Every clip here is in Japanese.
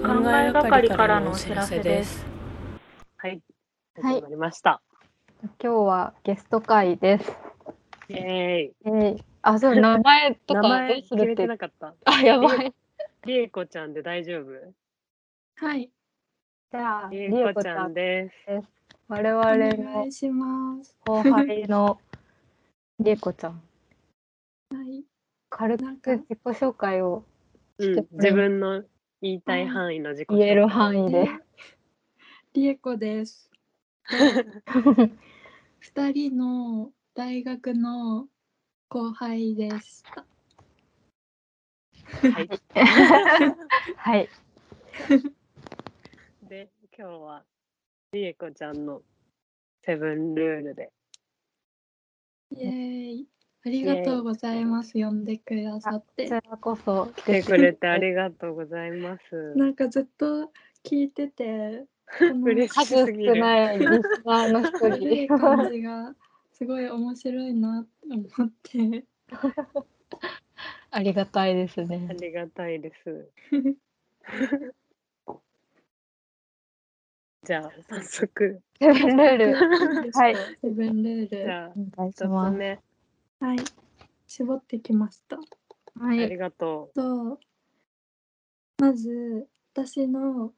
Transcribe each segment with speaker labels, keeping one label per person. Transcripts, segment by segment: Speaker 1: 考えがかりからのお知らせです。
Speaker 2: はい。
Speaker 3: はい
Speaker 2: 始まりました。
Speaker 3: 今日はゲスト会です。
Speaker 2: え
Speaker 3: えー、あ、そう、名前
Speaker 2: ー
Speaker 3: と
Speaker 2: 名
Speaker 3: かどう
Speaker 2: 前
Speaker 3: す
Speaker 2: 決め
Speaker 3: るってて。
Speaker 2: なかった。
Speaker 3: あ、やばい。
Speaker 2: りえこちゃんで大丈夫
Speaker 4: はい。
Speaker 3: じゃあ、
Speaker 2: り
Speaker 3: り
Speaker 2: え
Speaker 3: え
Speaker 2: こ
Speaker 3: こ
Speaker 2: ち
Speaker 3: ち
Speaker 2: ゃ
Speaker 3: ゃ
Speaker 2: ん
Speaker 3: ん、
Speaker 2: です。
Speaker 3: 我
Speaker 4: お
Speaker 3: 々
Speaker 4: 願
Speaker 3: の
Speaker 4: いします。
Speaker 3: 後輩のりえこちゃん。
Speaker 4: はい。
Speaker 3: 軽く自己紹介を
Speaker 2: うん
Speaker 3: ちょっと
Speaker 2: 自分の言いたい範囲の自己
Speaker 3: 言える
Speaker 2: 囲。
Speaker 3: 範囲で。
Speaker 4: りえこです。二人の大学の後輩です。
Speaker 2: はい。
Speaker 3: はい。
Speaker 2: で、今日はりえこちゃんのセブンルールで。
Speaker 4: イエーイ。ありがとうございます。呼んでくださっ
Speaker 3: こち
Speaker 4: て。
Speaker 3: らこそ、
Speaker 2: 来てくれてありがとうござい ます。
Speaker 4: なんかずっと聞いてて、この
Speaker 2: 嬉し
Speaker 3: 数少ないリスナーの一
Speaker 4: 軽い
Speaker 3: 人。
Speaker 4: 感じがすごい面白いなって思って。
Speaker 3: ありがたいです
Speaker 2: あ
Speaker 3: ね。
Speaker 2: りがたい です。じゃあ、早速。
Speaker 3: ルール。 はい。
Speaker 4: セブンル
Speaker 2: じ
Speaker 4: ー
Speaker 2: ゃあ、
Speaker 3: お願
Speaker 2: 一
Speaker 3: いしま
Speaker 2: つ
Speaker 3: す。
Speaker 2: 目。
Speaker 4: ル。はい。絞ってきました。
Speaker 3: は
Speaker 2: あ
Speaker 3: い
Speaker 2: り。がと
Speaker 4: とまず私の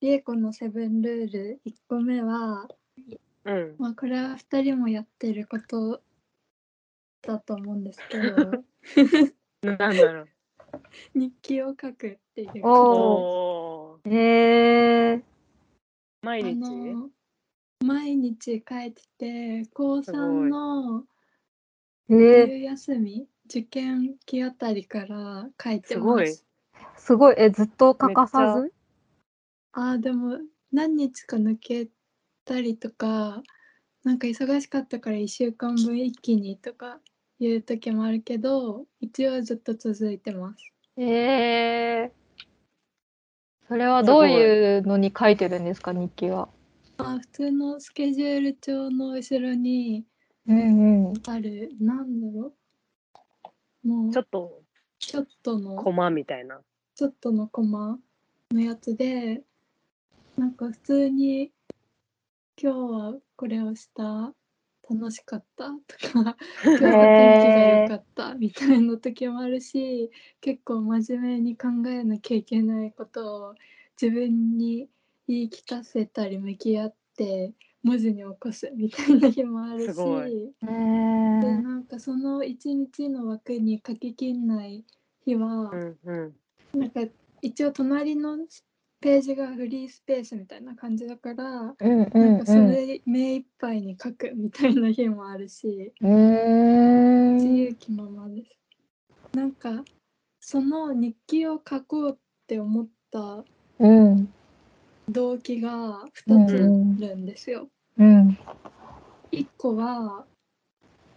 Speaker 4: りえこのセブンルール1個目は、
Speaker 2: う。うん。
Speaker 4: まあ、これは2人もやってることだと思うんですけど
Speaker 2: なんだろう。
Speaker 4: 日記を書くっていう
Speaker 3: お
Speaker 2: お
Speaker 3: ー
Speaker 2: ー
Speaker 3: えー、
Speaker 2: 毎日、
Speaker 4: の毎日書いてて高3の
Speaker 3: えー、
Speaker 4: 冬休み受験期あたりから書いてます
Speaker 2: すごい
Speaker 3: すごい。え、ずっと欠かさず
Speaker 4: あーでも何日か抜けたりとかなんか忙しかったから1週間分一気にとかいう時もあるけど一応ずっと続いてます。
Speaker 3: ええそれはどういうのに書いてるんですか、日記は。
Speaker 4: まあ普通のスケジュール帳の後ろに
Speaker 3: うんうん。
Speaker 4: あるなんだろうもう
Speaker 2: ちょっと
Speaker 4: ちょっとの
Speaker 2: コマみたいな。
Speaker 4: ちょっとのコマのやつでなんか普通に「今日はこれをした楽しかった」と か「今日は天気が良かった」みたいな時もあるし結構真面目に考えなきゃいけないことを自分に言い聞かせたり向き合って文字に起こすみたいな日もある
Speaker 2: すご
Speaker 4: し。
Speaker 3: え
Speaker 4: で
Speaker 3: ー、
Speaker 4: なんかその一日の枠に書ききんない日は、
Speaker 2: うんうん。
Speaker 4: なんか一応隣のページがフリースペースみたいな感じだから、
Speaker 3: うんう
Speaker 4: な
Speaker 3: ん
Speaker 4: んか
Speaker 3: う
Speaker 4: そ
Speaker 3: ん。
Speaker 4: れ目いっぱいに書くみたいな日もあるし、
Speaker 3: うー
Speaker 4: 自
Speaker 3: ん
Speaker 4: 由気ままです。なんかその日記を書こうって思った
Speaker 3: うん
Speaker 4: 動機が
Speaker 3: う
Speaker 4: 2つ
Speaker 3: ん
Speaker 4: あるんですよ。
Speaker 3: うん
Speaker 4: 1個は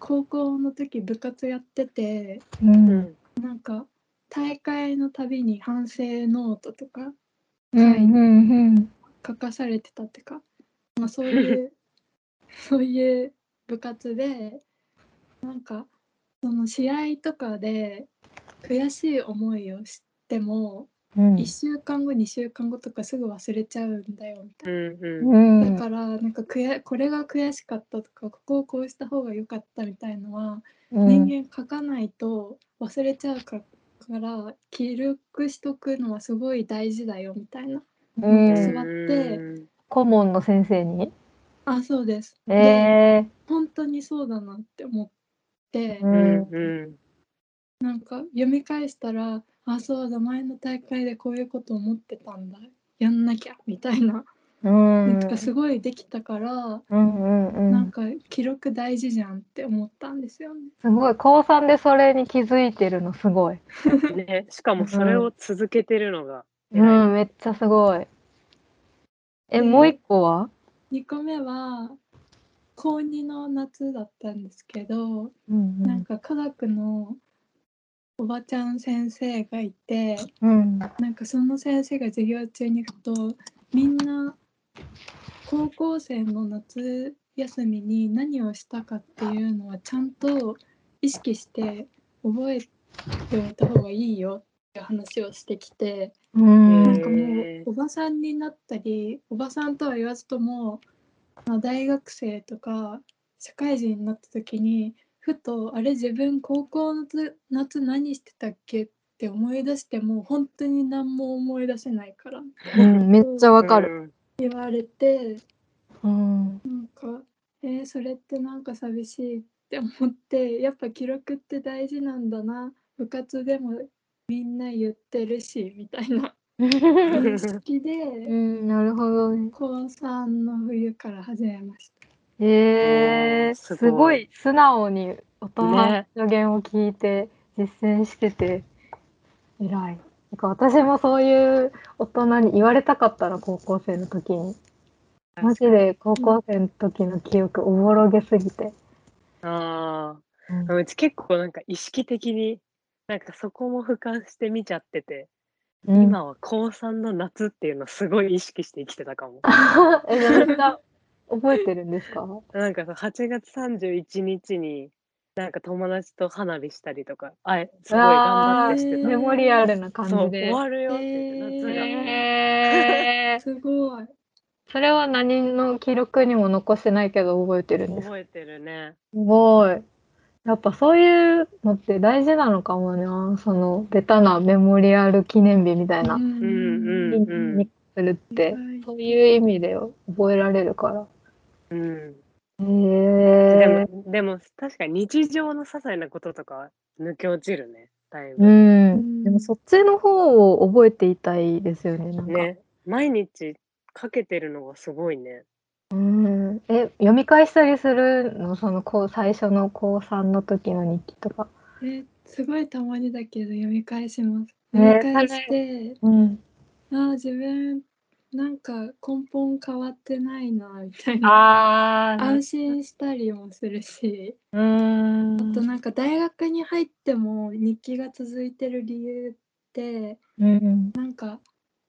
Speaker 4: 高校の時部活やってて
Speaker 3: う
Speaker 2: うんん。
Speaker 4: なんか大会のたびに反省ノートとか
Speaker 3: うんうん
Speaker 4: 書かされてたってか、まあ、そう いうそういう部活でなんかその試合とかで悔しい思いをして
Speaker 3: う
Speaker 4: も、
Speaker 3: ん
Speaker 4: 1週間後2週間後とかすぐ忘れちゃうんだよみた
Speaker 2: う
Speaker 4: い
Speaker 2: んうん。
Speaker 3: うん
Speaker 4: な。だからなんか悔やこれが悔しかったとかここをこうした方が良かったみたいのは
Speaker 3: うん
Speaker 4: 人間書かないと忘れちゃうかから記録しとくのはすごい大事だよみたいな。
Speaker 3: うん
Speaker 4: 座って
Speaker 2: うん
Speaker 3: 顧問の先生に
Speaker 4: あそうです。で
Speaker 3: え
Speaker 4: 本当にそうだなって思って、
Speaker 3: う
Speaker 2: うんん
Speaker 4: なんか読み返したらあそうだ前の大会でこういうこと思ってたんだやんなきゃみたいな、
Speaker 3: ーうん
Speaker 4: なんかすごいできたから、
Speaker 3: うんうんう
Speaker 4: なん
Speaker 3: ん
Speaker 4: か記録大事じゃんって思ったんですよね。
Speaker 3: すごい高三でそれに気づいてるのすごい
Speaker 2: うん。ね、しかもそれを続けてるのが
Speaker 3: う
Speaker 2: 偉い。
Speaker 3: んめっちゃすごいえ
Speaker 4: うん
Speaker 3: もう一個は
Speaker 4: 2個目は高2の夏だったんですけど、
Speaker 3: うんう
Speaker 4: なん
Speaker 3: ん
Speaker 4: か科学のおばちゃん先生がいて。
Speaker 3: うん
Speaker 4: なんかその先生が授業中にふとみんな高校生の夏休みに何をしたかっていうのはちゃんと意識して覚えておいた方がいいよっていう話をしてきて
Speaker 3: うん
Speaker 4: かもう
Speaker 2: へー
Speaker 4: おばさんになったりおばさんとは言わずとも、まあ、大学生とか社会人になった時にふとあれ自分高校の夏夏何してたっけって思い出しても本当に何も思い出せないから
Speaker 3: うん、めっちゃわかる。
Speaker 2: る。
Speaker 4: 言われて
Speaker 3: うん。
Speaker 4: なんかえーそれってなんか寂しいって思ってやっぱ記録って大事なんだな部活でもみんな言ってるしみたいな認識で
Speaker 3: うん、なるほどね。
Speaker 4: 高三の冬から始めまし
Speaker 3: え
Speaker 2: あー
Speaker 3: ー、
Speaker 2: すご
Speaker 3: す
Speaker 2: い
Speaker 3: ごい素直に大人
Speaker 2: ね
Speaker 3: の言を聞いて実践してて偉い。なんか私もそういう大人に言われたかったら高校生の時にマジで高校生の時の記憶おぼろげすぎて、
Speaker 2: あ
Speaker 3: うん
Speaker 2: あ、うち結構なんか意識的に、なんかそこも俯瞰して見ちゃってて、今は高三の夏っていうのすごい意識して生きてたかも。
Speaker 3: えそれが覚えてるんですか
Speaker 2: なんかさ、8月31日に、なんか友達と花火したりとか、あえ、すごい頑張ってして
Speaker 4: うわ
Speaker 3: メモリアルな感
Speaker 2: た。
Speaker 3: じ
Speaker 2: そう、
Speaker 3: で
Speaker 2: 終わるよって言って、夏
Speaker 4: ー
Speaker 2: が。
Speaker 3: え
Speaker 4: たすごい
Speaker 3: それは何の記録にも残してないけど覚えてるんですか
Speaker 2: 覚えてるね。
Speaker 3: すごい。やっぱそういうのって大事なのかもな。そのベタなメモリアル記念日みたいな
Speaker 4: うん
Speaker 2: うんうん
Speaker 3: にするって、
Speaker 4: はい
Speaker 3: そういう意味で覚えられるから。
Speaker 2: うん。
Speaker 3: へ
Speaker 2: で
Speaker 3: え。
Speaker 2: も、でも確かに日常の些細なこととかは抜け落ちるね、だいぶ。
Speaker 3: うん。でもそっちの方を覚えていたいですよね。なんか。
Speaker 2: ね、毎日かけてるのがすごいね。
Speaker 3: うん。え、読み返したりするのそのこう最初の高三の時の日記とか。
Speaker 4: えーすごいたまにだけど読み返します
Speaker 3: ね
Speaker 4: 読み返して
Speaker 3: うん。
Speaker 4: あー自分なんか根本変わってないなみたいな
Speaker 3: あ
Speaker 4: 安心したりもするし
Speaker 3: うん。
Speaker 4: あとなんか大学に入っても日記が続いてる理由って
Speaker 3: うん。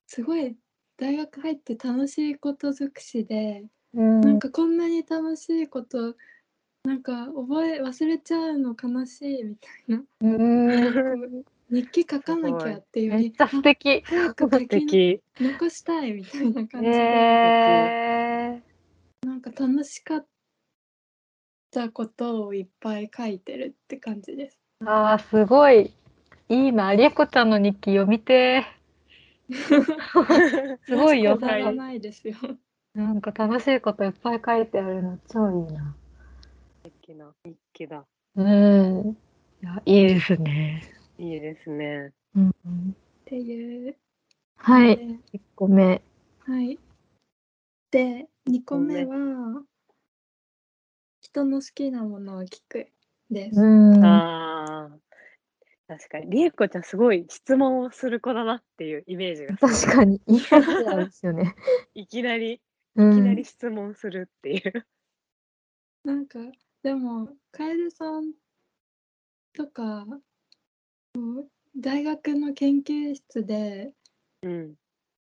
Speaker 4: すごい大学入って楽しいこと尽くしで
Speaker 3: うん。
Speaker 4: なんかこんなに楽しいことなんか覚え忘れちゃうの悲しいみたいな
Speaker 3: うん。
Speaker 4: 日記書かなきゃっていうよ
Speaker 3: めっ
Speaker 4: り
Speaker 3: ちゃ素敵。
Speaker 4: あ早く
Speaker 2: 素
Speaker 4: 書きな
Speaker 2: 敵。
Speaker 4: 残したいみたいな感じで。
Speaker 3: え
Speaker 4: なんか楽しかったことをいっぱい書いてるって感じです。
Speaker 3: ー、あーすごいいいなりえこちゃんの日記読みて ーすごいよ
Speaker 4: くだら
Speaker 3: な
Speaker 4: ないですよ。
Speaker 3: んか楽しいこといっぱい書いてあるの超いいな
Speaker 2: 素敵な日記だ。
Speaker 3: うんいやいいですね、
Speaker 2: いいですね。
Speaker 3: うん、
Speaker 4: っていう。
Speaker 3: は
Speaker 4: で
Speaker 3: い1個目
Speaker 4: はい。で、2個目
Speaker 2: ご
Speaker 4: は、人の好きなものを聞くです。
Speaker 3: うん
Speaker 2: ああ。確かに、りえこちゃんすごい質問をする子だなっていうイメージが
Speaker 3: 確かにいいやつなんですよね、
Speaker 2: いきなり、いき
Speaker 3: うん、
Speaker 2: なり質問するっていう。
Speaker 4: なんか、でも、カエルさんとか、こう大学の研究室で、
Speaker 2: うん。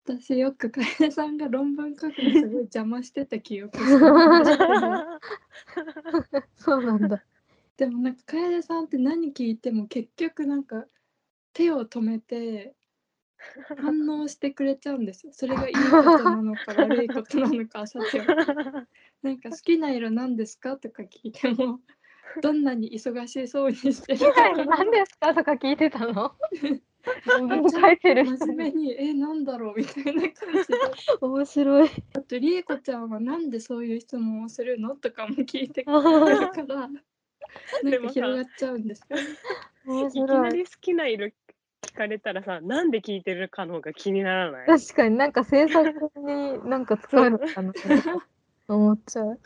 Speaker 4: 私よくカエルさんが論文書くのすごい邪魔してた記憶がある。
Speaker 3: そうなんだ
Speaker 4: でもなんか楓さんって何聞いても結局なんか手を止めて 反応してくれちゃうんですよ。それがいいことなのか悪いことなのかさてはなんか好きな色なんですかとか聞いてもどんなに忙しそうにしてる
Speaker 3: 機材に何ですかとか聞いてたの
Speaker 4: めっちゃ
Speaker 3: 書いてる人
Speaker 4: 真面目に「えなんだろう?」みたいな感じで
Speaker 3: 面白い
Speaker 4: あとりえこちゃんはなんでそういう質問をするのとかも聞いてく る
Speaker 3: 面
Speaker 4: からなんか
Speaker 2: でもさ
Speaker 4: 広がっちゃうんですよ。
Speaker 2: いきなり好きな色聞かれたらさ、なんで聞いてるかの方が気にならない。
Speaker 3: 確かになんか制作になんか使えるのかなと思っちゃう。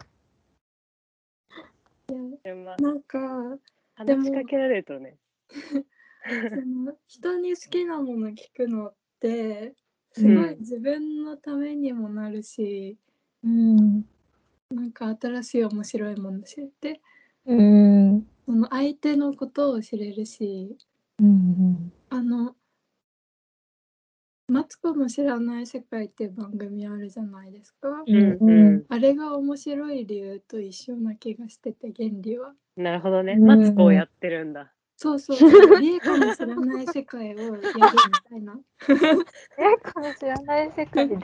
Speaker 2: でもまあ
Speaker 4: なんかでも
Speaker 2: 話しかけられるとね。
Speaker 4: その人に好きなもの聞くのってすごい自分のためにもなるし、
Speaker 3: うん。
Speaker 4: なんか新しい面白いもの知れて
Speaker 3: うん。
Speaker 4: その相手のことを知れるし
Speaker 3: うん。
Speaker 4: あの「マツコの知らない世界」っていう番組あるじゃないですか。
Speaker 2: うん
Speaker 3: うん
Speaker 4: あれが面白い理由と一緒な気がしてて原理は。
Speaker 2: なるほどね。
Speaker 3: うん
Speaker 2: マツコをやってるんだ。
Speaker 4: そうそう そう。リエカの知らない世界をやるみたいな。
Speaker 3: え、この知らない世 界で。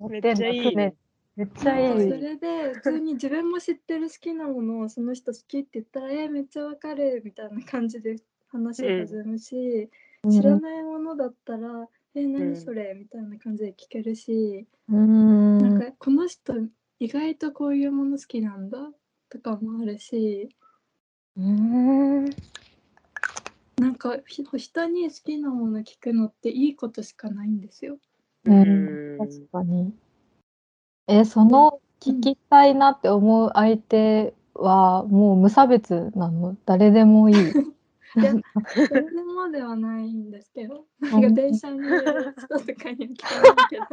Speaker 2: めっちゃいいね
Speaker 3: めっちゃい
Speaker 4: なんか
Speaker 3: い。
Speaker 4: それで普通に自分も知ってる好きなものをその人好きって言ったら「えーめっちゃわかる」みたいな感じで話が弾むし、知らないものだったら「えー
Speaker 2: う
Speaker 4: 何
Speaker 2: ん
Speaker 4: それ」みたいな感じで聞けるし、
Speaker 3: うん。
Speaker 4: なんかこの人意外とこういうもの好きなんだとかもあるし
Speaker 3: うん。
Speaker 4: なんかひ人に好きなもの聞くのっていいことしかないんですよ。
Speaker 3: うん、確かに。え、その聞きたいなって思う相手はもう無差別なの誰でも いい。
Speaker 4: いやそれでもではないんですけどなんか電車にいる人とかには聞かないけど。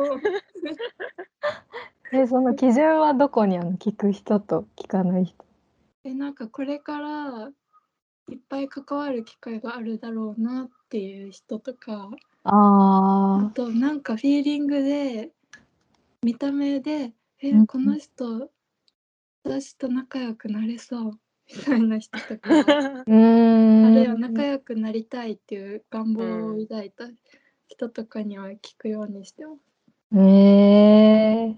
Speaker 3: え、その基準はどこにあるの聞く人と聞かない人。
Speaker 4: えなんかこれからいっぱい関わる機会があるだろうなっていう人とかあ
Speaker 3: あ
Speaker 4: となんかフィーリングで見た目で「え
Speaker 3: うん
Speaker 4: この人私と仲良くなれそう」みたいな人 とか
Speaker 3: あ。うん。
Speaker 4: あるいは仲良くなりたいっていう願望を抱いた人とかには聞くようにしてます。
Speaker 3: え え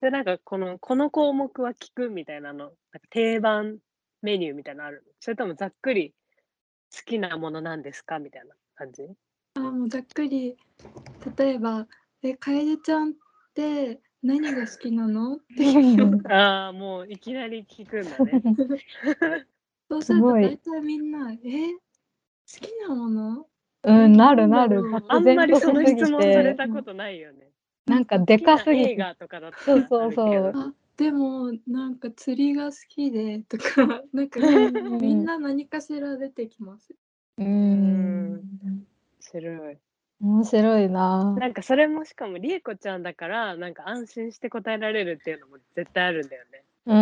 Speaker 2: で、なんかこの、この項目は聞くみたいなの、なんか定番メニューみたいなのあるのそれともざっくり好きなものなんですかみたいな感じ
Speaker 4: あもうざっくり例えば「え楓ちゃんって何が好きなの?」っていうような
Speaker 2: ああ、もういきなり聞くん だね。
Speaker 4: そうす
Speaker 3: す
Speaker 4: ると
Speaker 3: ごい
Speaker 4: 大体みんな「え好きなもの?
Speaker 3: うん、なるなる。
Speaker 2: あんまりその質問されたことないよね。
Speaker 3: なんかでかす
Speaker 2: 好きな
Speaker 3: ぎ
Speaker 2: 映
Speaker 3: て。
Speaker 2: 画とかだったらあるけど。
Speaker 3: そうそうそう」
Speaker 4: あでもなんか釣りが好きで」とか なんか
Speaker 3: うん
Speaker 4: みんな何かしら出てきます。
Speaker 3: うん。
Speaker 2: 白い。
Speaker 3: 面白いな。
Speaker 2: なんかそれもしかもりえこちゃんだからなんか安心して答えられるっていうのも絶対あるんだよね。
Speaker 3: う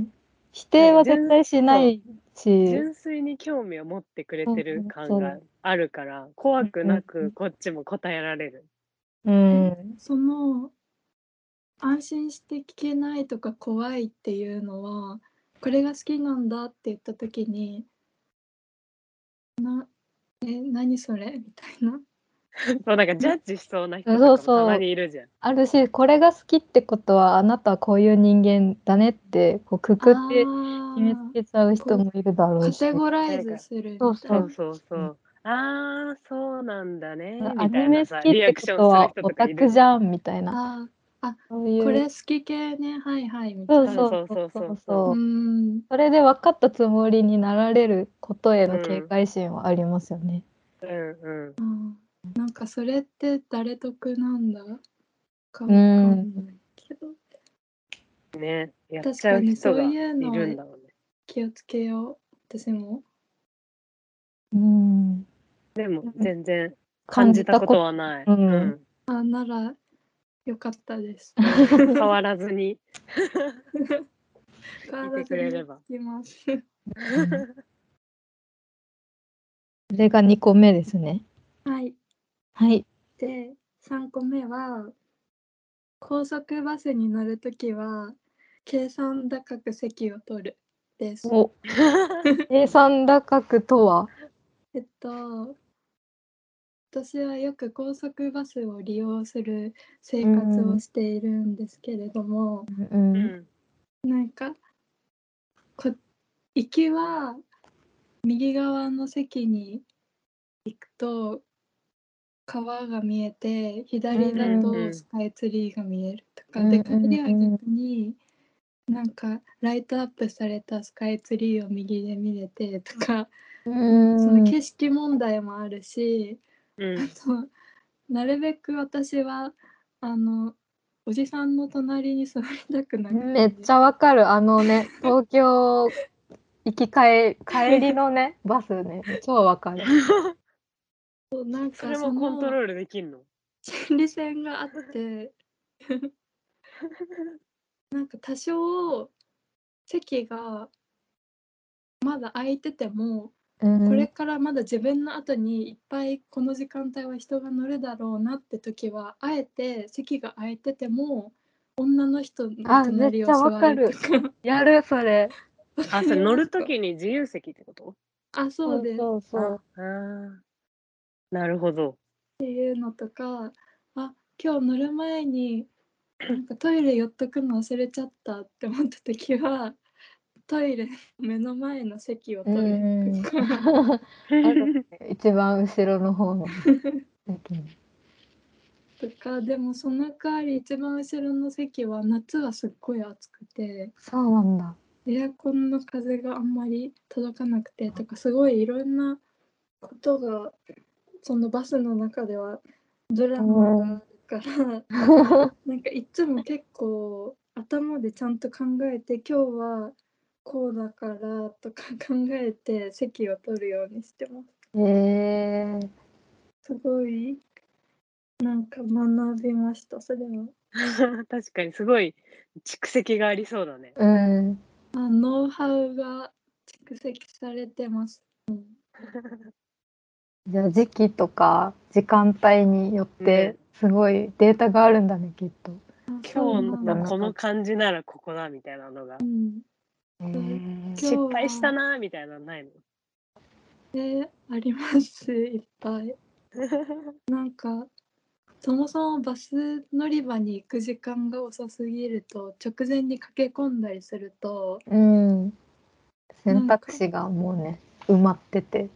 Speaker 3: ん。否定は絶対しないし。
Speaker 2: 純粋に興味を持ってくれてる
Speaker 3: うん
Speaker 2: 感
Speaker 3: うん
Speaker 2: があるから怖くな
Speaker 3: うんうん
Speaker 2: くこっちも答えられる。
Speaker 3: うん。
Speaker 4: その安心して聞けないとか怖いっていうのはこれが好きなんだって言った時に「なえ何それ?」みたいな。
Speaker 2: そうなんかジャッジしそうな人と
Speaker 3: そ
Speaker 2: か
Speaker 3: う
Speaker 2: も
Speaker 3: そう
Speaker 2: たまにいるじゃん。
Speaker 3: あるし、これが好きってことは、あなたはこういう人間だねって、こう、くくって
Speaker 4: あ
Speaker 3: 決めつけちゃう人もいるだろ
Speaker 4: ー
Speaker 3: う
Speaker 4: カ
Speaker 3: し
Speaker 4: テ。ゴライズするみたいな。
Speaker 3: そ
Speaker 2: そ
Speaker 3: う
Speaker 2: うそうそう。ああそうなんだね
Speaker 3: ア
Speaker 2: みた
Speaker 3: ニ
Speaker 2: いな
Speaker 3: メ
Speaker 2: さ
Speaker 3: 好きっ
Speaker 2: リア
Speaker 3: て
Speaker 2: ク
Speaker 3: こ
Speaker 2: ショ
Speaker 3: と
Speaker 2: ンする
Speaker 3: は
Speaker 2: 人
Speaker 3: オ
Speaker 2: とか
Speaker 3: タ
Speaker 2: いる
Speaker 3: クじ。ゃんみたいな。
Speaker 4: あー
Speaker 3: そういう。
Speaker 4: これ好き系ねはいはいみたい
Speaker 3: そう
Speaker 4: な
Speaker 3: そうそう
Speaker 2: そ
Speaker 3: そう
Speaker 2: そう
Speaker 3: う
Speaker 2: そ
Speaker 3: そうう。
Speaker 4: ん
Speaker 3: それで分かったつもりになられることへ
Speaker 2: う
Speaker 3: の
Speaker 2: ん
Speaker 3: 警戒心はありますよね。
Speaker 2: うんうん。
Speaker 4: なんかそれって誰得なんだかわか
Speaker 3: うん
Speaker 4: んないけど
Speaker 2: ねやっ
Speaker 4: 確
Speaker 2: ち
Speaker 4: か
Speaker 2: ゃう
Speaker 4: に
Speaker 2: 人
Speaker 4: そ
Speaker 2: が
Speaker 4: う
Speaker 2: い
Speaker 4: いうのは
Speaker 2: るんだろうね。
Speaker 4: 気をつけよう私も
Speaker 3: うん。
Speaker 2: でも
Speaker 3: うん
Speaker 2: 全然感じたことはない。
Speaker 3: 感じたこ
Speaker 2: うん
Speaker 4: あならよかったです
Speaker 2: 変わらずに。
Speaker 4: 変
Speaker 2: てくれれば
Speaker 4: きます
Speaker 3: うんそれが2個目ですね。
Speaker 4: はい
Speaker 3: はい。
Speaker 4: で3個目は高速バスに乗るときは計算高く席を取るです
Speaker 3: お、計算高くとは。
Speaker 4: えっと、私はよく高速バスを利用する生活をしているんですけれども、
Speaker 3: うん。
Speaker 2: うん
Speaker 4: なんかこ行きは右側の席に行くと川が見えて左だ
Speaker 3: うん
Speaker 2: うんう
Speaker 4: と
Speaker 2: ん
Speaker 4: スカイツリーが見えるとか、
Speaker 3: うんうん
Speaker 4: で
Speaker 3: うん
Speaker 4: 帰りは逆になんかライトアップされたスカイツリーを右で見れてとか、
Speaker 3: うん
Speaker 4: その景色問題もあるし。
Speaker 2: う
Speaker 4: あ
Speaker 2: ん
Speaker 4: となるべく私はあのおじさんの隣に座りたくない
Speaker 3: めっちゃわかる。あのね、東京行き帰帰りの ね、バスね、超わかる。
Speaker 4: そうなんか
Speaker 2: それもコントロールできる の。
Speaker 4: その心理戦があってなんか多少席がまだ空いてても、
Speaker 3: うん
Speaker 4: これからまだ自分の後にいっぱいこの時間帯は人が乗るだろうなって時はあえて席が空いてても女の人の
Speaker 3: あ
Speaker 4: 隣を
Speaker 3: めっちゃわ
Speaker 4: 座
Speaker 3: か
Speaker 4: る
Speaker 3: る
Speaker 4: とか。
Speaker 3: やるそれ。
Speaker 2: あ、それ乗るときに自由席ってこと
Speaker 4: あそうですっ
Speaker 3: そうそう。
Speaker 2: あーなるほど。
Speaker 4: ていうのとかあ今日乗る前になんかトイレ寄っとくの忘れちゃったって思った時はトイレの目の前の席を取る
Speaker 3: うん
Speaker 4: とか
Speaker 3: る一番後ろの 方の席に。
Speaker 4: とかでもその代わり一番後ろの席は夏はすっごい暑くて
Speaker 3: そうなん だ。
Speaker 4: エアコンの風があんまり届かなくてとかすごいいろんなことがそのバスの中ではドラマがあるから、なんかいつも結構頭でちゃんと考えて今日はこうだからとか 考えて席を取るようにしてます。
Speaker 3: ええー。
Speaker 4: すごいなんか学びましたそれは。
Speaker 2: 確かにすごい蓄積がありそうだね。
Speaker 3: うん。
Speaker 4: あノウハウが蓄積されてます。
Speaker 3: じゃあ時期とか時間帯によってすごいデータがあるんだねきっと。
Speaker 2: 今日
Speaker 3: そうなん
Speaker 2: の
Speaker 3: だ
Speaker 2: この感じならここだみたいなのが
Speaker 4: うん、
Speaker 3: えー
Speaker 4: 今日
Speaker 2: 失敗した
Speaker 4: は
Speaker 2: なみたいなのないの
Speaker 4: ありますいっぱい。なんかそもそもバス乗り場に行く時間が遅すぎると直前に駆け込んだりすると
Speaker 3: うん。選択肢がもうね埋まってて。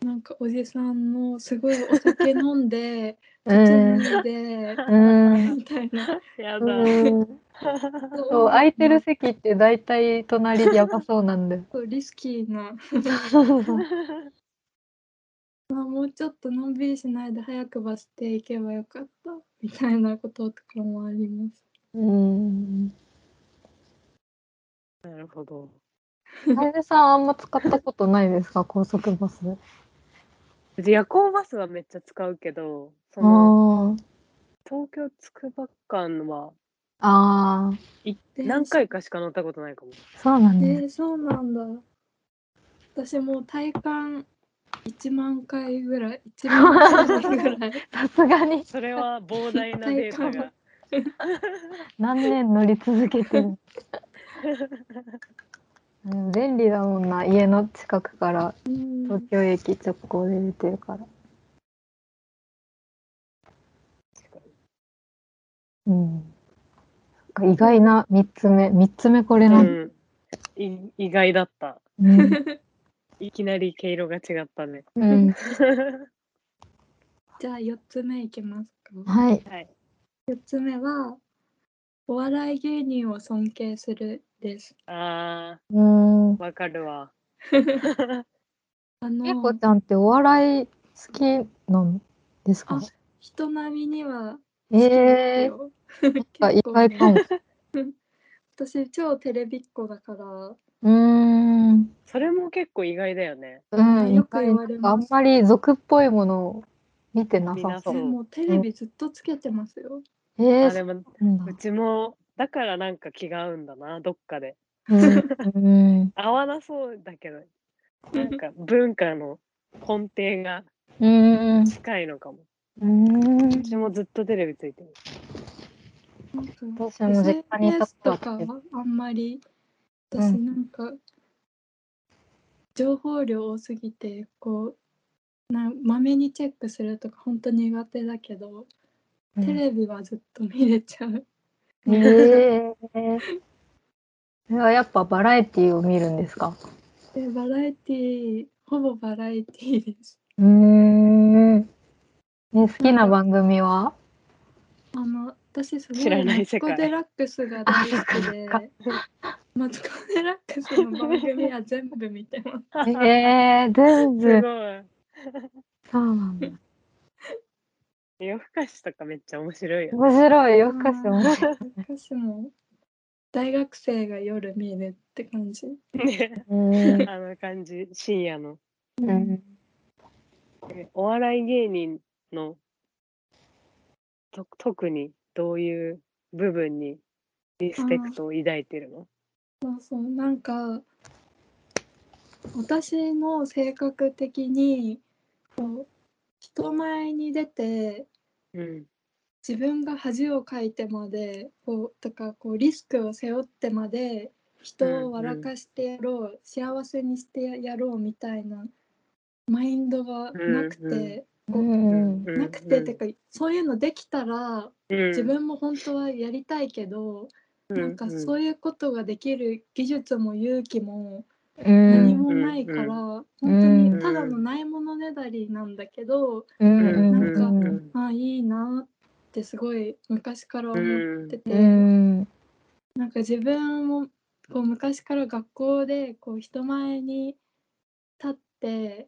Speaker 4: なんかおじさんのすごいお酒飲んで
Speaker 3: う
Speaker 4: 担
Speaker 3: ん。
Speaker 4: いで
Speaker 3: うん。
Speaker 4: みたいな
Speaker 2: やだ。
Speaker 3: うん そう空いてる席って大体隣やばそうなんだよ。
Speaker 4: そうリスキーな
Speaker 3: そうそう
Speaker 4: まあ、もうちょっとのんびりしないで早くバス停行けばよかったみたいなこととかもあります。
Speaker 3: うん。
Speaker 2: なるほど。
Speaker 3: 楓さんあんま使ったことないですか高速バス。
Speaker 2: うち夜行バスはめっちゃ使うけど、その
Speaker 3: あ
Speaker 2: 東京つくば間は
Speaker 3: あ。ああ。
Speaker 2: い
Speaker 4: 電車
Speaker 2: 何回かしか乗ったことないかも。
Speaker 3: そうなん
Speaker 4: え
Speaker 3: だ。
Speaker 4: ー、そうなんだ。私もう体感1万回ぐらい1万回 ぐらい
Speaker 3: さすがに
Speaker 2: それは膨大なデータが。
Speaker 3: 何年乗り続けてる。 うん便利だもんな家の近くから
Speaker 4: うん
Speaker 3: 東京駅直行で出てるから。うん。そっか意外な三つ目三つ目これ
Speaker 2: う
Speaker 3: なん
Speaker 2: ん、い意外だった。
Speaker 3: うん。
Speaker 2: いきなり毛色が違ったね。
Speaker 3: うん。
Speaker 4: じゃあ4つ目いきますか。
Speaker 3: はい。
Speaker 2: はい。
Speaker 4: 4つ目はお笑い芸人を尊敬するです。
Speaker 2: あ
Speaker 3: うん。
Speaker 2: ー、わかるわ。
Speaker 4: あ
Speaker 3: えこ
Speaker 4: の
Speaker 3: ちゃんってお笑い好きなんですか
Speaker 4: あ人並みには
Speaker 3: ええ
Speaker 4: よ。
Speaker 3: ー、なんか意
Speaker 4: 結構
Speaker 3: 外かも。
Speaker 4: 私超テレビっ子だから。
Speaker 3: うーん。
Speaker 2: それも結結構意外だよね。
Speaker 3: うん、
Speaker 4: よく言われ
Speaker 3: あ
Speaker 4: ま
Speaker 3: ん
Speaker 4: す
Speaker 3: まり俗っぽいものを見てなさ
Speaker 2: そ
Speaker 3: そ
Speaker 2: う
Speaker 3: う。
Speaker 4: えもうテレビずっとつけてますよ。
Speaker 3: え
Speaker 2: あ、
Speaker 3: ー、そ
Speaker 2: でも、
Speaker 3: うなん
Speaker 2: う
Speaker 3: だ。
Speaker 2: ちも、だからなんか気が合うんだな、どっかで。
Speaker 3: うん。うん
Speaker 2: 合わなそうだけど、なんか文化の根底が
Speaker 3: うん。
Speaker 2: 近いのかも。
Speaker 3: うん
Speaker 2: う。ちもずっとテレビついてる。
Speaker 4: なんか
Speaker 3: 私も実家にいた
Speaker 4: SNS
Speaker 3: こと
Speaker 4: と
Speaker 3: は
Speaker 4: か
Speaker 3: つけて
Speaker 4: はあんまり
Speaker 3: うん
Speaker 4: 私なんか情報量多すぎてこうなまめにチェックするとか本当苦手だけど、テレビはずっと見れちゃう。
Speaker 3: うんえー。それはやっぱバラエティを見るんですか
Speaker 4: でバラエティーほぼバラエティーです。
Speaker 3: うーん。え好きな番組は
Speaker 4: あの私すご
Speaker 2: 知ら
Speaker 4: い
Speaker 2: ない
Speaker 4: マ
Speaker 2: 世
Speaker 4: ツ
Speaker 2: 界
Speaker 4: コ・デラックスが大好きで
Speaker 3: あそっか
Speaker 4: マツコ・デラックスの番組は全部見てます。
Speaker 3: えー、全
Speaker 2: すご
Speaker 3: 部。
Speaker 2: い。
Speaker 3: そうなんだ。
Speaker 2: 夜更かしとかめっちゃ面白いよね。
Speaker 3: 面白いよ歌詞面白い
Speaker 4: 歌詞も大学生が夜見るって感じ。
Speaker 2: ね
Speaker 3: うん
Speaker 2: あの感じ、深夜の。
Speaker 3: うん
Speaker 2: えお笑い芸人のと特にどういう部分にリスペクトを抱いてるの
Speaker 4: そうそうなんか私の性格的にこう人前に出て
Speaker 2: うん。
Speaker 4: 自分が恥をかいてまでこうとかこうリスクを背負ってまで人を笑かしてやろう、幸せにしてやろうみたいなマインドがなくて、
Speaker 3: うん
Speaker 2: う
Speaker 3: うん
Speaker 4: なくて、てかそういうのできたら自分も本当はやりたいけど、なんか
Speaker 2: う
Speaker 4: そういうことができる技術も勇気も
Speaker 3: ん
Speaker 4: 何もないか
Speaker 2: う
Speaker 4: ら、
Speaker 2: ん
Speaker 4: 本当
Speaker 3: うん
Speaker 4: にただのないものねだりなんだけど、
Speaker 3: うん
Speaker 4: なんか
Speaker 3: うん
Speaker 2: ん
Speaker 4: あいいなってすごい昔から思ってて、
Speaker 3: うん
Speaker 4: なんか自分もこう昔から学校でこう人前に立って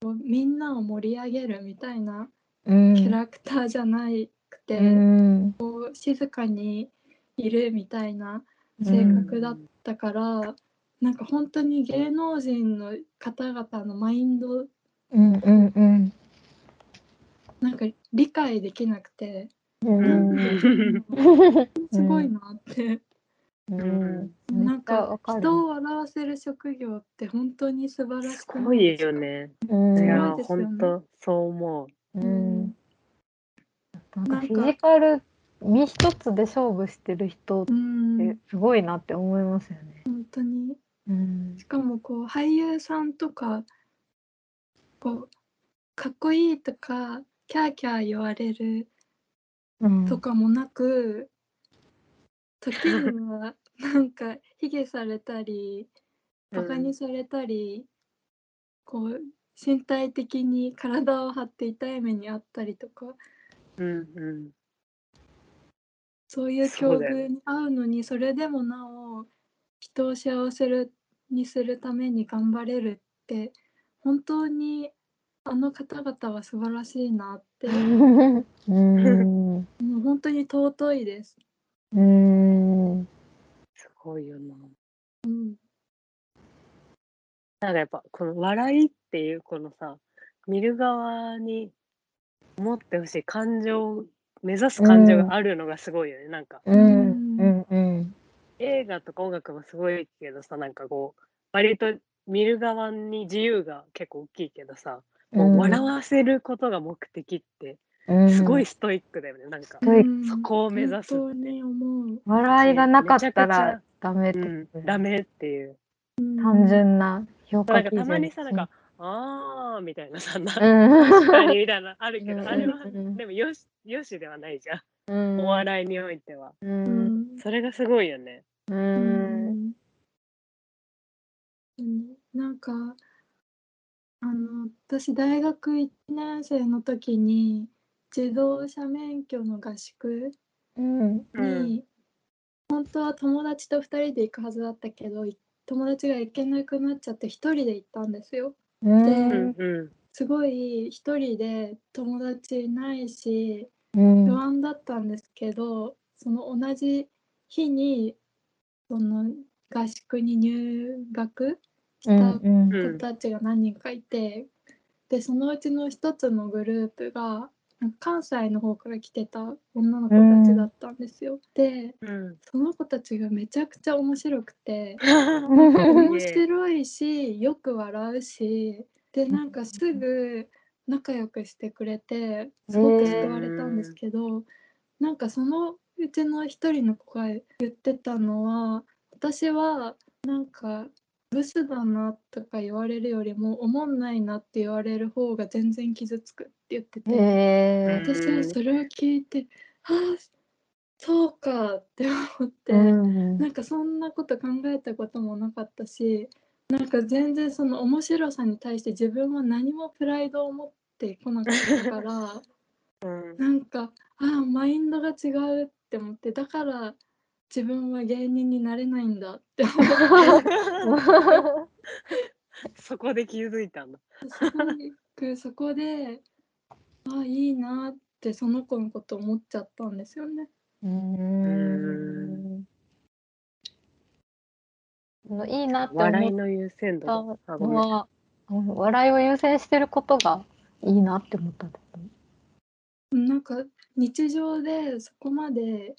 Speaker 4: こうみんなを盛り上げるみたいな
Speaker 3: うん
Speaker 4: キャラクターじゃなくて、
Speaker 3: うん
Speaker 4: こう静かにいるみたいな性格だったから、なんか本当に芸能人の方々のマインド
Speaker 3: うんうんうん
Speaker 4: なんか理解できなくて
Speaker 3: うん
Speaker 4: すごいなって、
Speaker 3: うん
Speaker 4: な
Speaker 3: めっちゃ
Speaker 4: んか
Speaker 3: わかる
Speaker 4: 人を笑わせる職業って本当に素晴らし
Speaker 2: す
Speaker 4: く
Speaker 2: ご
Speaker 4: ないですか
Speaker 2: よね。
Speaker 3: うん
Speaker 2: い
Speaker 4: す
Speaker 2: や
Speaker 4: ごいですよね
Speaker 2: 本当そう思う。
Speaker 3: うんなんか
Speaker 4: なん
Speaker 3: フ
Speaker 4: か
Speaker 3: ィジカル身一つで勝負してる人っ
Speaker 4: うん、
Speaker 3: てすごいなって思いますよね。
Speaker 4: 本当に
Speaker 3: うん
Speaker 4: しかもこう俳優さんとかこうかっこいいとかキャーキャー言われる
Speaker 3: うん
Speaker 4: とかもなく、時にはなんか卑下されたりバカにされたり、こう身体的に体を張って痛い目にあったりとか
Speaker 2: うんうん
Speaker 4: そういう境
Speaker 2: そうだよね
Speaker 4: 遇に合うのにそれでもなお人を幸せにするために頑張れるって本当にあの方々は素晴らしいなって
Speaker 3: うんう
Speaker 4: もう本当に尊いです。
Speaker 3: ん
Speaker 2: すごいよな。
Speaker 4: うん
Speaker 2: なんかやっぱこの笑いっていうこのさ見る側に持ってほしい感情目指す感情があるのがすごいよね、なんか
Speaker 3: うんうんうん
Speaker 2: 映画とか音楽もすごいけどさなんかこう割と見る側に自由が結構大きいけどさ、こう笑わせることが目的って
Speaker 3: うん
Speaker 2: すごいストイックだよね、なんか
Speaker 3: う、ん
Speaker 4: うん
Speaker 2: そこを目指すって
Speaker 4: 本当に思う、
Speaker 3: 笑いがなかった
Speaker 2: めちゃ
Speaker 3: ら
Speaker 2: く
Speaker 3: ダメっ
Speaker 2: う
Speaker 3: て、
Speaker 2: ん、ダメっていう
Speaker 4: うん
Speaker 3: 単純な評
Speaker 2: な
Speaker 3: 価
Speaker 2: ん
Speaker 3: 基
Speaker 2: か
Speaker 3: 準
Speaker 2: たまにさなんか「あー」みたいな さな
Speaker 3: うん
Speaker 2: 確かにみたいなあるけ
Speaker 3: うん
Speaker 2: どあれは
Speaker 3: うん
Speaker 2: でもよしよしではないじゃん、
Speaker 3: うん
Speaker 2: お笑いにおいては
Speaker 3: う
Speaker 4: うんん
Speaker 2: それがすごいよね
Speaker 3: う
Speaker 4: うんんなんかあの私大学1年生の時に自動車免許の合宿
Speaker 3: うん
Speaker 4: に、本当は友達と2人で行くはずだったけどい友達が行けなくなっちゃって1人で行ったんですよ。
Speaker 2: うんう
Speaker 4: すごい1人で友達いないし
Speaker 3: うん
Speaker 4: 不安だったんですけどその同じ日にその合宿に入学した
Speaker 3: うん
Speaker 2: んう
Speaker 4: 子
Speaker 2: ん
Speaker 4: たちが何人かいて、でそのうちの一つのグループがなんか関西の方から来てた女の子たちだったんですよ。で
Speaker 2: うん
Speaker 4: その子たちがめちゃくちゃ面白くて
Speaker 3: うん
Speaker 4: 面白いしよく笑うしでなんかすぐ仲良くしてくれてすごく救われたんですけど、なんかそのうちの一人の子が言ってたのは私はなんかブスだなとか言われるよりもおもんないなって言われる方が全然傷つくって言ってて。
Speaker 3: へ
Speaker 2: う
Speaker 3: え
Speaker 2: ん
Speaker 4: 私はそれを聞いて、ああそうかって思って、
Speaker 3: うん
Speaker 4: なんかそんなこと考えたこともなかったしなんか全然その面白さに対して自分は何もプライドを持ってこなかったから
Speaker 2: うん
Speaker 4: なんかああマインドが違うって思ってだから自分は芸人になれないんだって思って
Speaker 2: そこで気づい たんだ
Speaker 4: すごくそこでああいいなってその子のこと思っちゃったんですよね。
Speaker 3: うんのいいなって
Speaker 2: 笑い
Speaker 3: 思っ
Speaker 2: の優先
Speaker 3: た
Speaker 2: 度が
Speaker 3: の
Speaker 2: あごめん
Speaker 3: はうん笑いを優先してることがいいなって思ったってこと
Speaker 4: なんか日常でそこまで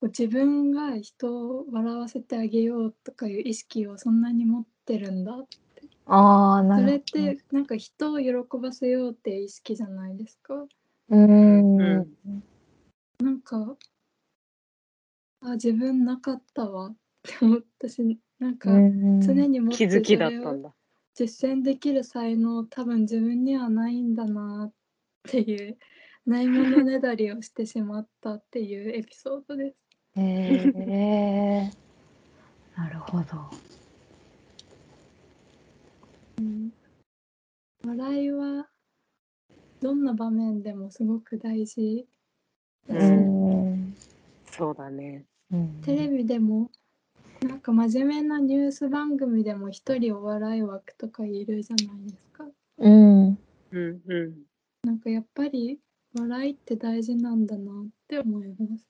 Speaker 4: こう自分が人を笑わせてあげようとかいう意識をそんなに持ってるんだ
Speaker 3: ああな
Speaker 4: そ
Speaker 3: るほど
Speaker 4: れってなんか人を喜ばせようっていう意識じゃないですか
Speaker 3: うん
Speaker 2: うん
Speaker 4: なんかあ自分なかったわっって思ったしなんか常
Speaker 3: 常
Speaker 4: に持っ
Speaker 2: 気
Speaker 4: て
Speaker 2: づき
Speaker 4: そ
Speaker 2: だっ
Speaker 4: れ
Speaker 2: た
Speaker 4: を
Speaker 2: んだ。
Speaker 4: 実践できる才能多分自分にはないんだなっていうないものねだりをしてしまったっていうエピソードです。
Speaker 3: えー、なるほど。
Speaker 4: 笑いはどんな場面でもすごく大事だし、
Speaker 3: うん
Speaker 2: そうだね。
Speaker 3: うん
Speaker 4: テレビでもなんか真面目なニュース番組でも一人お笑い枠とかいるじゃないですか。
Speaker 3: うん
Speaker 2: うんうん。
Speaker 4: なんかやっぱり笑いって大事なんだなって思います。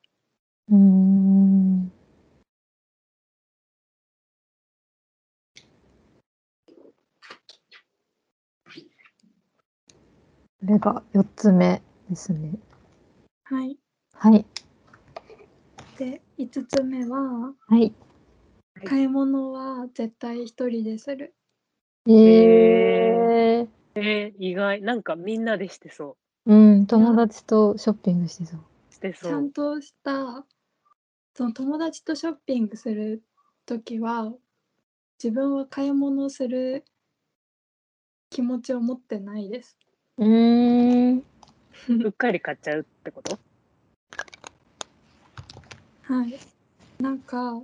Speaker 3: うんこれが四つ目ですね。
Speaker 4: はい。
Speaker 3: はい。
Speaker 4: で5つ目は
Speaker 3: はい。
Speaker 2: はい
Speaker 4: 買い物は絶対一人でする。
Speaker 3: えー、
Speaker 2: えー、意外。なんかみんなでしてそ
Speaker 3: うん、友達とショッピングしてそう。
Speaker 2: う。して
Speaker 4: ち
Speaker 2: そ
Speaker 4: ゃん
Speaker 2: う。
Speaker 4: としたその友達とショッピングする時は自分は買い物をする気持ちを持ってないです。
Speaker 3: うん。
Speaker 2: うっかり買っちゃうってこと
Speaker 4: はい。なんか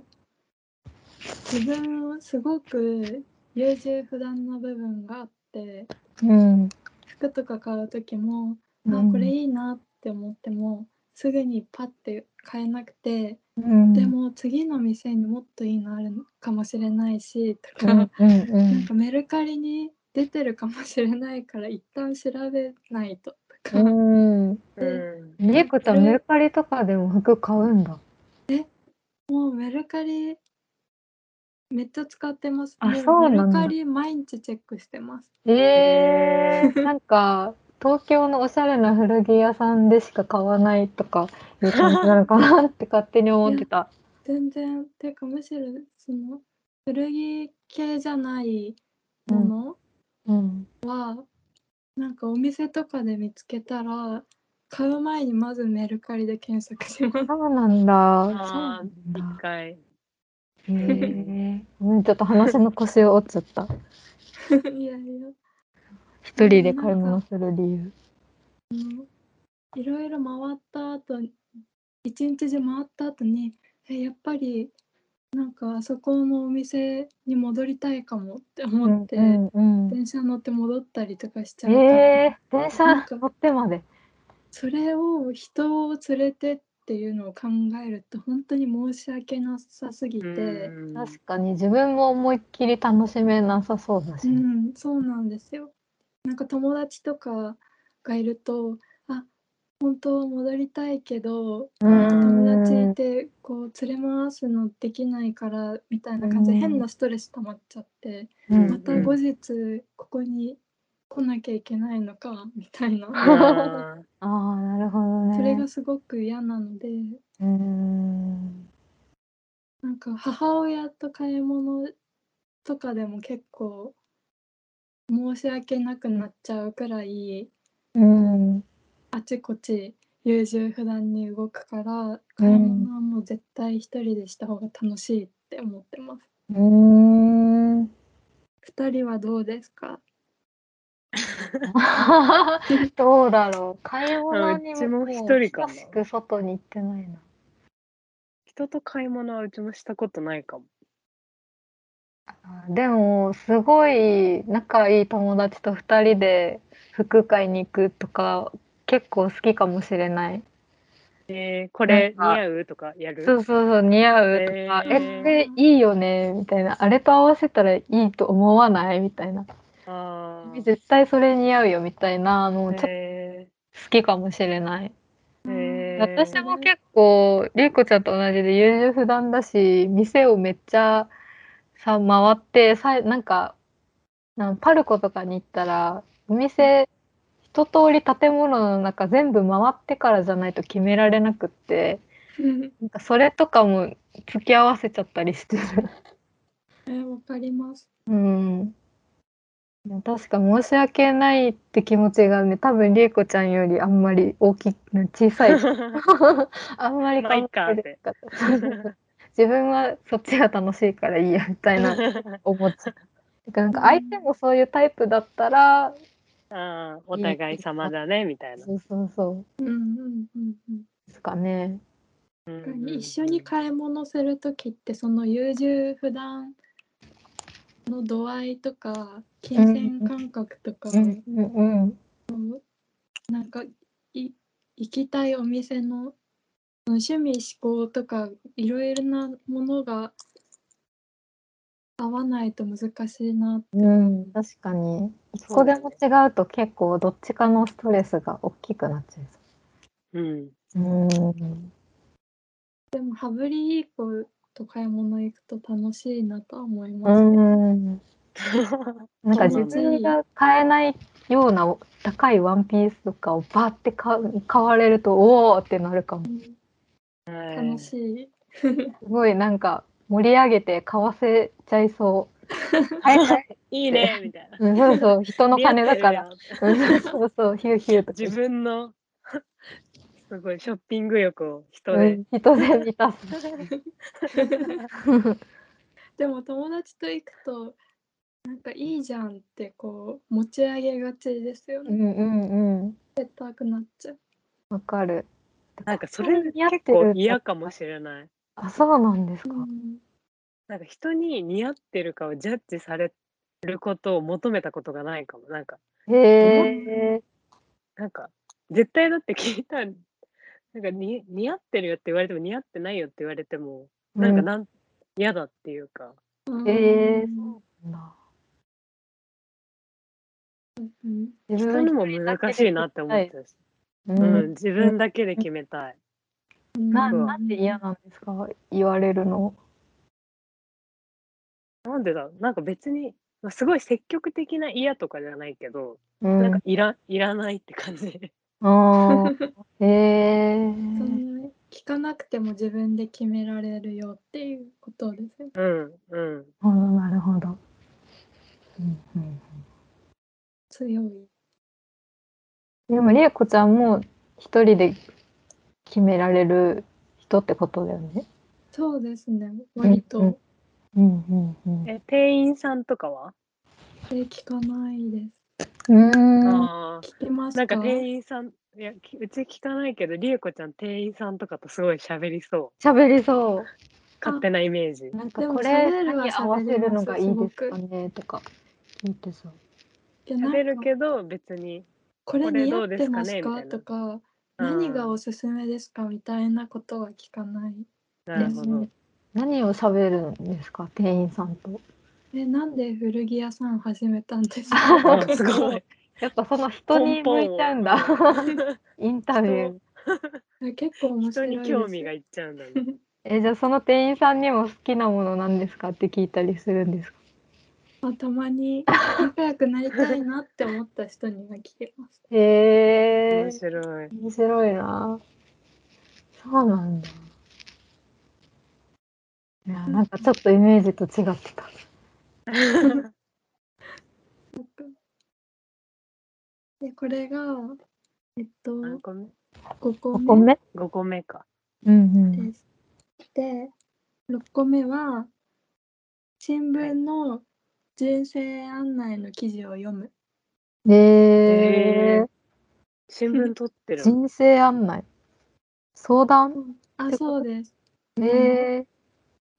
Speaker 4: 自分はすごく優柔不断な部分があって
Speaker 3: うん。
Speaker 4: 服とか買う時もあこれいいなって思ってもすぐにパッて買えなくて
Speaker 3: うん、
Speaker 4: でも次の店にもっといいのあるかもしれないしと
Speaker 3: うん、
Speaker 4: か、
Speaker 3: うん、
Speaker 4: なんかメルカリに出てるかもしれないから一旦調べないととか、
Speaker 3: うん。うん。
Speaker 2: うん。
Speaker 3: みえこちゃんメルカリとかでも服買うんだ。
Speaker 4: もうメルカリめっちゃ使ってます。
Speaker 3: あ
Speaker 4: も
Speaker 3: そう
Speaker 4: メ
Speaker 3: なん
Speaker 4: ル
Speaker 3: だ
Speaker 4: カリ毎日チェックしてます。
Speaker 3: え ー、なんか東京のおしゃれな古着屋さんでしか買わないとかいう感じなのかなって勝手に思ってた。
Speaker 4: 全然ていうかむしろその古着系じゃないもの、
Speaker 3: うん。
Speaker 4: なんかお店とかで見つけたら買う前にまずメルカリで検索し ます。
Speaker 3: そうなんだ。そうな
Speaker 2: ああ、
Speaker 3: ん
Speaker 2: 一
Speaker 3: だ。
Speaker 2: 回。
Speaker 3: へえ。ごめんちょっと話の腰を折っちゃった。
Speaker 4: いやいや
Speaker 3: 一人で買い物する理由。
Speaker 4: いろいろ回った後一日中回った後にえやっぱりなんかあそこのお店に戻りたいかもって思って、
Speaker 3: うんうんうん
Speaker 4: 電車乗って戻ったりとかしちゃうから、
Speaker 3: えー、電車
Speaker 4: なんか
Speaker 3: 乗ってまで。
Speaker 4: それを人を連れてっていうのを考えると本当に申し訳なさすぎて。
Speaker 2: うん
Speaker 3: 確かに自分も思いっきり楽しめなさそうだし
Speaker 4: う
Speaker 3: ね。
Speaker 4: ん、そうなんですよ。なんか友達とかがいると、あ、本当は戻りたいけど、
Speaker 3: うん
Speaker 4: 友達いてこう連れ回すのできないからみたいな感じ
Speaker 3: う
Speaker 4: で
Speaker 3: ん
Speaker 4: 変なストレス溜まっちゃって、
Speaker 2: うん
Speaker 4: また後日ここに来なきゃいけないのかみたいな、
Speaker 2: あー
Speaker 3: ああ、なるほどね。
Speaker 4: それがすごく嫌なので、
Speaker 3: うーん。
Speaker 4: なんか母親と買い物とかでも結構申し訳なくなっちゃうくらい。
Speaker 3: うん。
Speaker 4: あちこち優柔不断に動くから買い物はもう絶対一人でした方が楽しいって思ってます。
Speaker 3: うーん。
Speaker 4: 二人はどうですか？
Speaker 3: どうだろう。買い物に
Speaker 2: うちも一人かな
Speaker 3: 久しく外に行ってないな。
Speaker 2: 人と買い物はうちもしたことないかも。
Speaker 3: あでも、すごい仲いい友達と二人で服買いに行くとか、結構好きかもしれない。
Speaker 2: えー、これ似
Speaker 3: なんか
Speaker 2: 合うとかやる
Speaker 3: そうそうそう、似合うとか、
Speaker 2: へ
Speaker 3: え、
Speaker 2: ー
Speaker 3: これいいよね、みたいな。あれと合わせたらいいと思わないみたいな。
Speaker 2: あー
Speaker 3: 絶対それ似合うよ、みたいなのをちょっと
Speaker 2: え
Speaker 3: 好きかもしれない。
Speaker 2: ーえー
Speaker 3: 私も結構りゅうこちゃんと同じで優柔不断だし店をめっちゃさ回ってさなんかなんパルコとかに行ったらお店一通り建物の中全部回ってからじゃないと決められなくってなんかそれとかも付き合わせちゃったりしてる。
Speaker 4: えーわかります。
Speaker 3: うん確か申し訳ないって気持ちがね多分りえこちゃんよりあんまり大きく小さい あんまり
Speaker 2: まあいっかって
Speaker 3: かった自分はそっちが楽しいからいいやみた いな思っちゃう。だからなんか相手もそういうタイプだったら、
Speaker 2: あーお互い様だねみたいな。
Speaker 3: そうそうそう
Speaker 4: うんうんうんうん。
Speaker 3: ですかね。
Speaker 2: うん
Speaker 4: 確
Speaker 2: うん
Speaker 4: か
Speaker 2: うん
Speaker 4: に一緒に買い物する時ってその優柔不断の度合いとか金銭感覚とか、
Speaker 3: うんうんうん。
Speaker 4: なんかい行きたいお店のその趣味思考とかいろいろなものが合わないと難しいな
Speaker 3: うん、確かに一個でも違うと結構どっちかのストレスが大きくなっちゃいそ
Speaker 2: うん
Speaker 3: う。うん、
Speaker 4: でも羽振りいい子と買い物行くと楽しいなとは思いますね。
Speaker 3: うん、なんか自分が買えないような高いワンピースとかをバーって買う買われるとおおってなるかも。
Speaker 2: はい
Speaker 4: 楽しい。
Speaker 3: すごいなんか盛り上げて買わせちゃ いそう。はいはい。
Speaker 2: いいねみたいな。
Speaker 3: うんそうそう人の金だから。
Speaker 2: 似合ってるよ。
Speaker 3: うんそうそうそうヒューヒューとか
Speaker 2: 自分の すごいショッピング欲を人
Speaker 3: う
Speaker 2: で
Speaker 3: ん、人で満たす。
Speaker 4: でも友達と行くとなんかいいじゃんってこう持ち上げがちですよ
Speaker 3: う
Speaker 4: ね。
Speaker 3: んうんうん。
Speaker 4: 高くなっちゃう。
Speaker 3: わかる。
Speaker 2: なんかそれ
Speaker 3: 似合って
Speaker 2: 結
Speaker 3: る
Speaker 2: 構嫌かもしれない。
Speaker 3: あ、そうなんですか。
Speaker 2: なんか人に似合ってるかをジャッジされることを求めたことがないかも。なんか
Speaker 3: へえ。
Speaker 2: なんか絶対だって聞いたらなんかに似合ってるよって言われても似合ってないよって言われてもなんか
Speaker 3: う
Speaker 2: なん嫌だっていうか。
Speaker 4: うん
Speaker 3: えー
Speaker 4: うん
Speaker 3: んだ
Speaker 4: うん
Speaker 3: 自
Speaker 2: 人
Speaker 3: 分
Speaker 2: にも難しいなって思ってたし、
Speaker 3: う
Speaker 2: うん
Speaker 3: ん、
Speaker 2: 自分だけで決めたい。
Speaker 3: な
Speaker 2: うん
Speaker 3: なんで嫌なんですか。言われるの。
Speaker 2: なんでだろうなんか別に、まあ、すごい積極的な嫌とかじゃないけど、
Speaker 3: う
Speaker 2: なん
Speaker 3: ん
Speaker 2: か。いらいらないって感じ。
Speaker 3: あ あ。へえ。
Speaker 4: その聞かなくても自分で決められるよっていうことですよね。
Speaker 2: うんうん。
Speaker 3: ほどなるほど。うんうん
Speaker 4: 強い。
Speaker 3: でもりえこちゃんも一人で決められる人ってことだよね。
Speaker 4: そうですね。割と、
Speaker 3: うんうんうん
Speaker 2: え店員さんとかは？
Speaker 4: え聞かないで
Speaker 3: うん。うーん。
Speaker 2: ああ。
Speaker 4: す。聞きます
Speaker 2: なん
Speaker 4: か。
Speaker 2: か店員さんいやきうち聞かないけどりえこちゃん店員さんとかとすごい喋りそう
Speaker 3: 喋りそう。
Speaker 2: 勝手なイメージ。
Speaker 3: なんか
Speaker 4: でも
Speaker 3: これ
Speaker 4: 喋るは
Speaker 3: 何合わせるのがいいです
Speaker 4: 喋り
Speaker 3: か
Speaker 4: ま
Speaker 3: ねとか聞いてそう。
Speaker 4: いやなんか
Speaker 2: 喋るけど別に。
Speaker 4: これ
Speaker 2: これ
Speaker 4: 似合
Speaker 2: ど
Speaker 4: っ
Speaker 2: うで
Speaker 4: て
Speaker 2: す
Speaker 4: ま
Speaker 2: か
Speaker 4: す
Speaker 2: ね
Speaker 4: か
Speaker 2: みたいな
Speaker 4: とか、
Speaker 2: うん
Speaker 4: 何がおすすめですかみたいなことは聞かない。
Speaker 2: なるほど。
Speaker 3: 何を喋るんですか店員さんと。
Speaker 4: え、なんで古着屋さん始めたんです
Speaker 3: あ
Speaker 4: か。
Speaker 2: あすごい。
Speaker 3: やっぱその人に向いちゃうんだ。
Speaker 2: ポンポンを。
Speaker 3: インタビュー。
Speaker 4: 結構面
Speaker 2: 人
Speaker 4: 白い
Speaker 2: に
Speaker 4: です。
Speaker 2: 興味がいっちゃうんだね。
Speaker 3: えじゃあその店員さんにも好きなものなんですかって聞いたりするんですか。
Speaker 4: あたまに仲良くなりたいなって思った人には聞け ます。
Speaker 3: へえ
Speaker 2: 面。白い。
Speaker 3: 面白いな。そうなんだ。いやなんかちょっとイメージと違ってた。
Speaker 4: で、これが、えっと、
Speaker 2: 何個目
Speaker 4: 5個
Speaker 3: お
Speaker 4: 目
Speaker 3: 米？
Speaker 2: ?5 個目か。
Speaker 3: うんうん。
Speaker 4: です。で、6個目は、新聞の人生案内の記事を読む。
Speaker 3: え
Speaker 2: え新聞取ってるの。
Speaker 3: 人生案内。相談。
Speaker 4: あ、そうです。
Speaker 3: え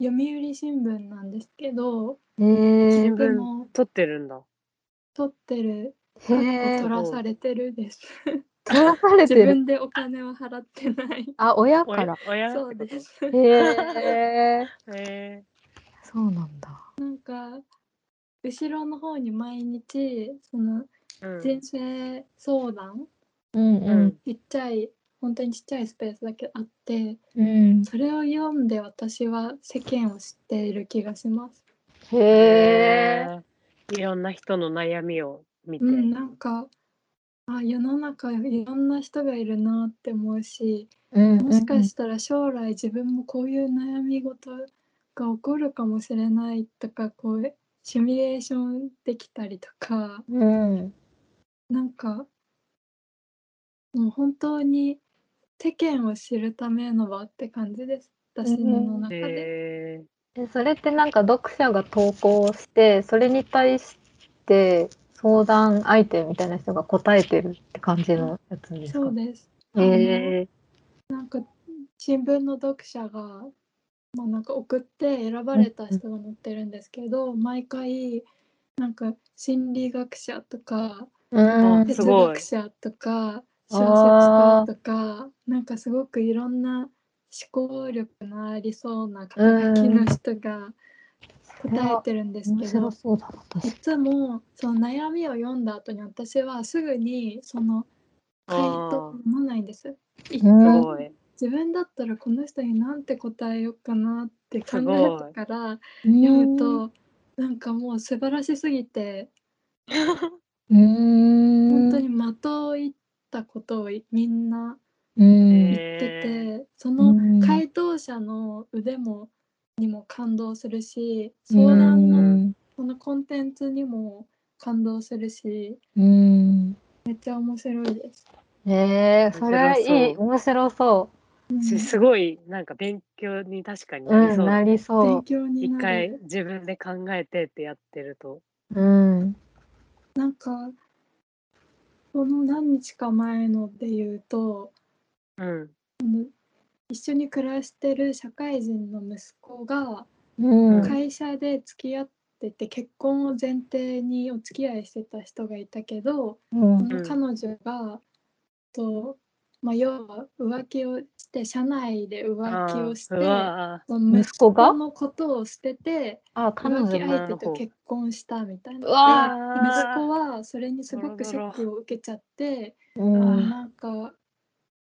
Speaker 4: 読売新聞なんですけど、
Speaker 3: ー、え
Speaker 2: 新
Speaker 3: ー、
Speaker 4: で
Speaker 2: 聞
Speaker 4: も
Speaker 2: 取ってるんだ。
Speaker 4: 撮ってる、
Speaker 3: へ
Speaker 4: 撮
Speaker 3: え。
Speaker 4: らされてるです。
Speaker 3: 取らされ
Speaker 4: 自
Speaker 3: てる。
Speaker 4: 分でお金は払ってない。
Speaker 3: あ、親か
Speaker 2: 親
Speaker 3: ら。
Speaker 2: 親って
Speaker 4: そ
Speaker 2: こ
Speaker 4: う
Speaker 2: と
Speaker 4: です。
Speaker 3: へえ。
Speaker 2: え
Speaker 3: そうなんだ。
Speaker 4: なんか後ろの方に毎日そ
Speaker 2: ー
Speaker 4: の
Speaker 2: うん
Speaker 4: 人生相談
Speaker 3: うん
Speaker 2: うん。
Speaker 4: ちっちゃい本当にちっちゃいスペースだけあって
Speaker 3: うん。うん、
Speaker 4: それを読んで私は世間を知っている気がします。
Speaker 3: へえ。
Speaker 2: ーいろんな人の悩みを見て。
Speaker 4: うん、なんかあ世の中いろんな人がいるなって思うし
Speaker 3: うん
Speaker 4: もしかしたら将来自分もこういう悩み事が起こるかもしれないとかこうシミュレーションできたりとか。
Speaker 3: うん。
Speaker 4: なんかもう本当に世間を知るための場って感じです。私の中で。
Speaker 2: へえ
Speaker 3: でそれってなんか読者が投稿してそれに対して相談相手みたいな人が答えてるって感じのやつですか
Speaker 4: そうです。
Speaker 3: え
Speaker 4: 新聞の読者が、まあ、なんか送って選ばれた人が載ってるんですけど、毎回なんか心理学者とか
Speaker 3: ー、うん
Speaker 2: す
Speaker 4: 哲
Speaker 2: ごい
Speaker 4: 学者とか小
Speaker 3: あー
Speaker 4: 説家とかなんかすごくいろんな思考力のありそうな肩書きの人が答えてるんです
Speaker 3: 面
Speaker 4: け
Speaker 3: 白、
Speaker 4: ど
Speaker 3: そうだな確か
Speaker 4: いつもその悩みを読んだ後に私はすぐにその回答を
Speaker 2: あー
Speaker 4: 読まないんです。一
Speaker 2: す
Speaker 3: うん
Speaker 4: 回
Speaker 2: ごい。
Speaker 4: 自分だったらこの人になんて答えようかなって考
Speaker 2: すごい
Speaker 4: えてから
Speaker 3: に
Speaker 4: 読むとなんかもう素晴らしすぎて
Speaker 3: うーん
Speaker 4: 本当に的をいったことをみんな
Speaker 3: うん
Speaker 4: 言ってて、
Speaker 2: へ
Speaker 4: そうの
Speaker 3: ん
Speaker 4: 回答者の腕もにも感動するし相談
Speaker 3: う
Speaker 4: の
Speaker 3: ん
Speaker 4: そのコンテンツにも感動するし
Speaker 3: うん
Speaker 4: めっちゃ面白いです。
Speaker 3: えー、それいい
Speaker 2: 面白そう
Speaker 3: 面白そ
Speaker 4: うん
Speaker 2: しすごいなんか勉強に確かに
Speaker 3: う、
Speaker 2: なり
Speaker 3: う
Speaker 2: そ
Speaker 3: ん、
Speaker 2: うだ
Speaker 3: なりそ
Speaker 4: 勉強に
Speaker 2: 一
Speaker 4: なる
Speaker 2: 回自分で考えてってやってると。
Speaker 3: う、うん、
Speaker 4: なんかこの何日か前ので言うと
Speaker 2: うん。
Speaker 4: 一緒に暮らしてる社会人の息子が
Speaker 3: うん、
Speaker 4: 会社で付き合ってて結婚を前提にお付き合いしてた人がいたけど
Speaker 3: うん
Speaker 4: その彼女がと、まあ、要は浮気をして社内で浮気をして
Speaker 2: あーうわ
Speaker 4: その息
Speaker 3: 息子
Speaker 4: 子
Speaker 3: が
Speaker 4: のことを捨てて
Speaker 3: あ彼
Speaker 4: 浮
Speaker 3: 女
Speaker 4: 気
Speaker 3: の
Speaker 4: 相手と結婚したみたいな。
Speaker 3: うわー
Speaker 4: で息子はそれにすごくショックを受けちゃって。
Speaker 3: う
Speaker 4: あー
Speaker 3: ん
Speaker 4: なんか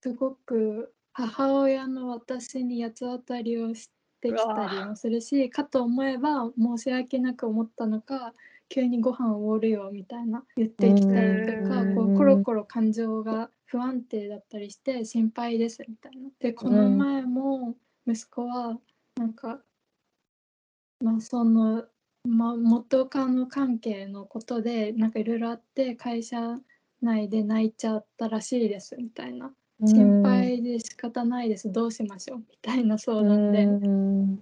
Speaker 4: すごく母親の私に八つ当たりをしてきたりもするしかと思えば申し訳なく思ったのか急にご飯をおごるよみたいな言ってきたりとか
Speaker 2: うん
Speaker 4: こうコロコロ感情が不安定だったりして心配ですみたいな。でこの前も息子はなんか、まあ、その、まあ、元カノ関係のことでなんかいろいろあって会社内で泣いちゃったらしいですみたいな心配で仕方ないですどうしましょうみたいな相談で、
Speaker 3: うん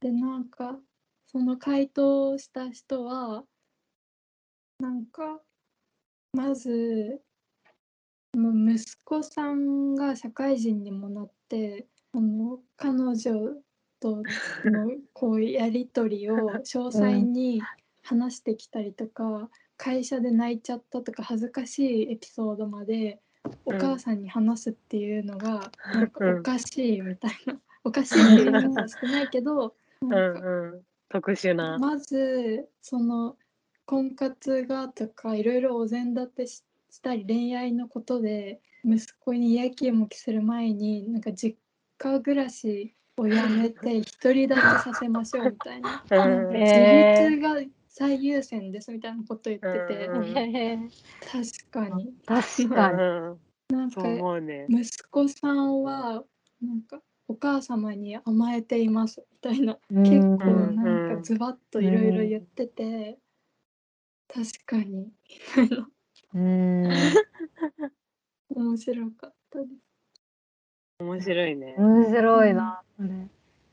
Speaker 4: でなんかその回答をした人はなんかまずもう息子さんが社会人にもなってあの彼女とのこうやり取りを詳細に話してきたりとか、会社で泣いちゃったとか恥ずかしいエピソードまでお母さんに話すっていうのがなんか
Speaker 2: うん
Speaker 4: おかしいみたいな、おかしいっていう言い方はしてないけど
Speaker 2: ーうんうん。特殊な。
Speaker 4: まずその婚活がとかいろいろお膳立てししたり恋愛のことで息子にやきもきする前になんか実家暮らしをやめて独り立ちさせましょうみたいな
Speaker 2: うん
Speaker 3: ね
Speaker 4: 自
Speaker 3: え
Speaker 4: 立が最優先ですみたいなこと言ってて、
Speaker 2: うん
Speaker 4: 確かに
Speaker 3: 確
Speaker 2: う
Speaker 3: かに
Speaker 2: んうん
Speaker 4: なん
Speaker 2: そ
Speaker 4: か
Speaker 2: う思うね。
Speaker 4: 息子さんはなんかお母様に甘えていますみたいな結
Speaker 2: う
Speaker 4: 構
Speaker 2: ん
Speaker 4: なんかズバッといろいろ言ってて、確かにみたいな
Speaker 3: うん
Speaker 4: 面白かったです。
Speaker 2: 面白いね。
Speaker 3: 面白いなそれ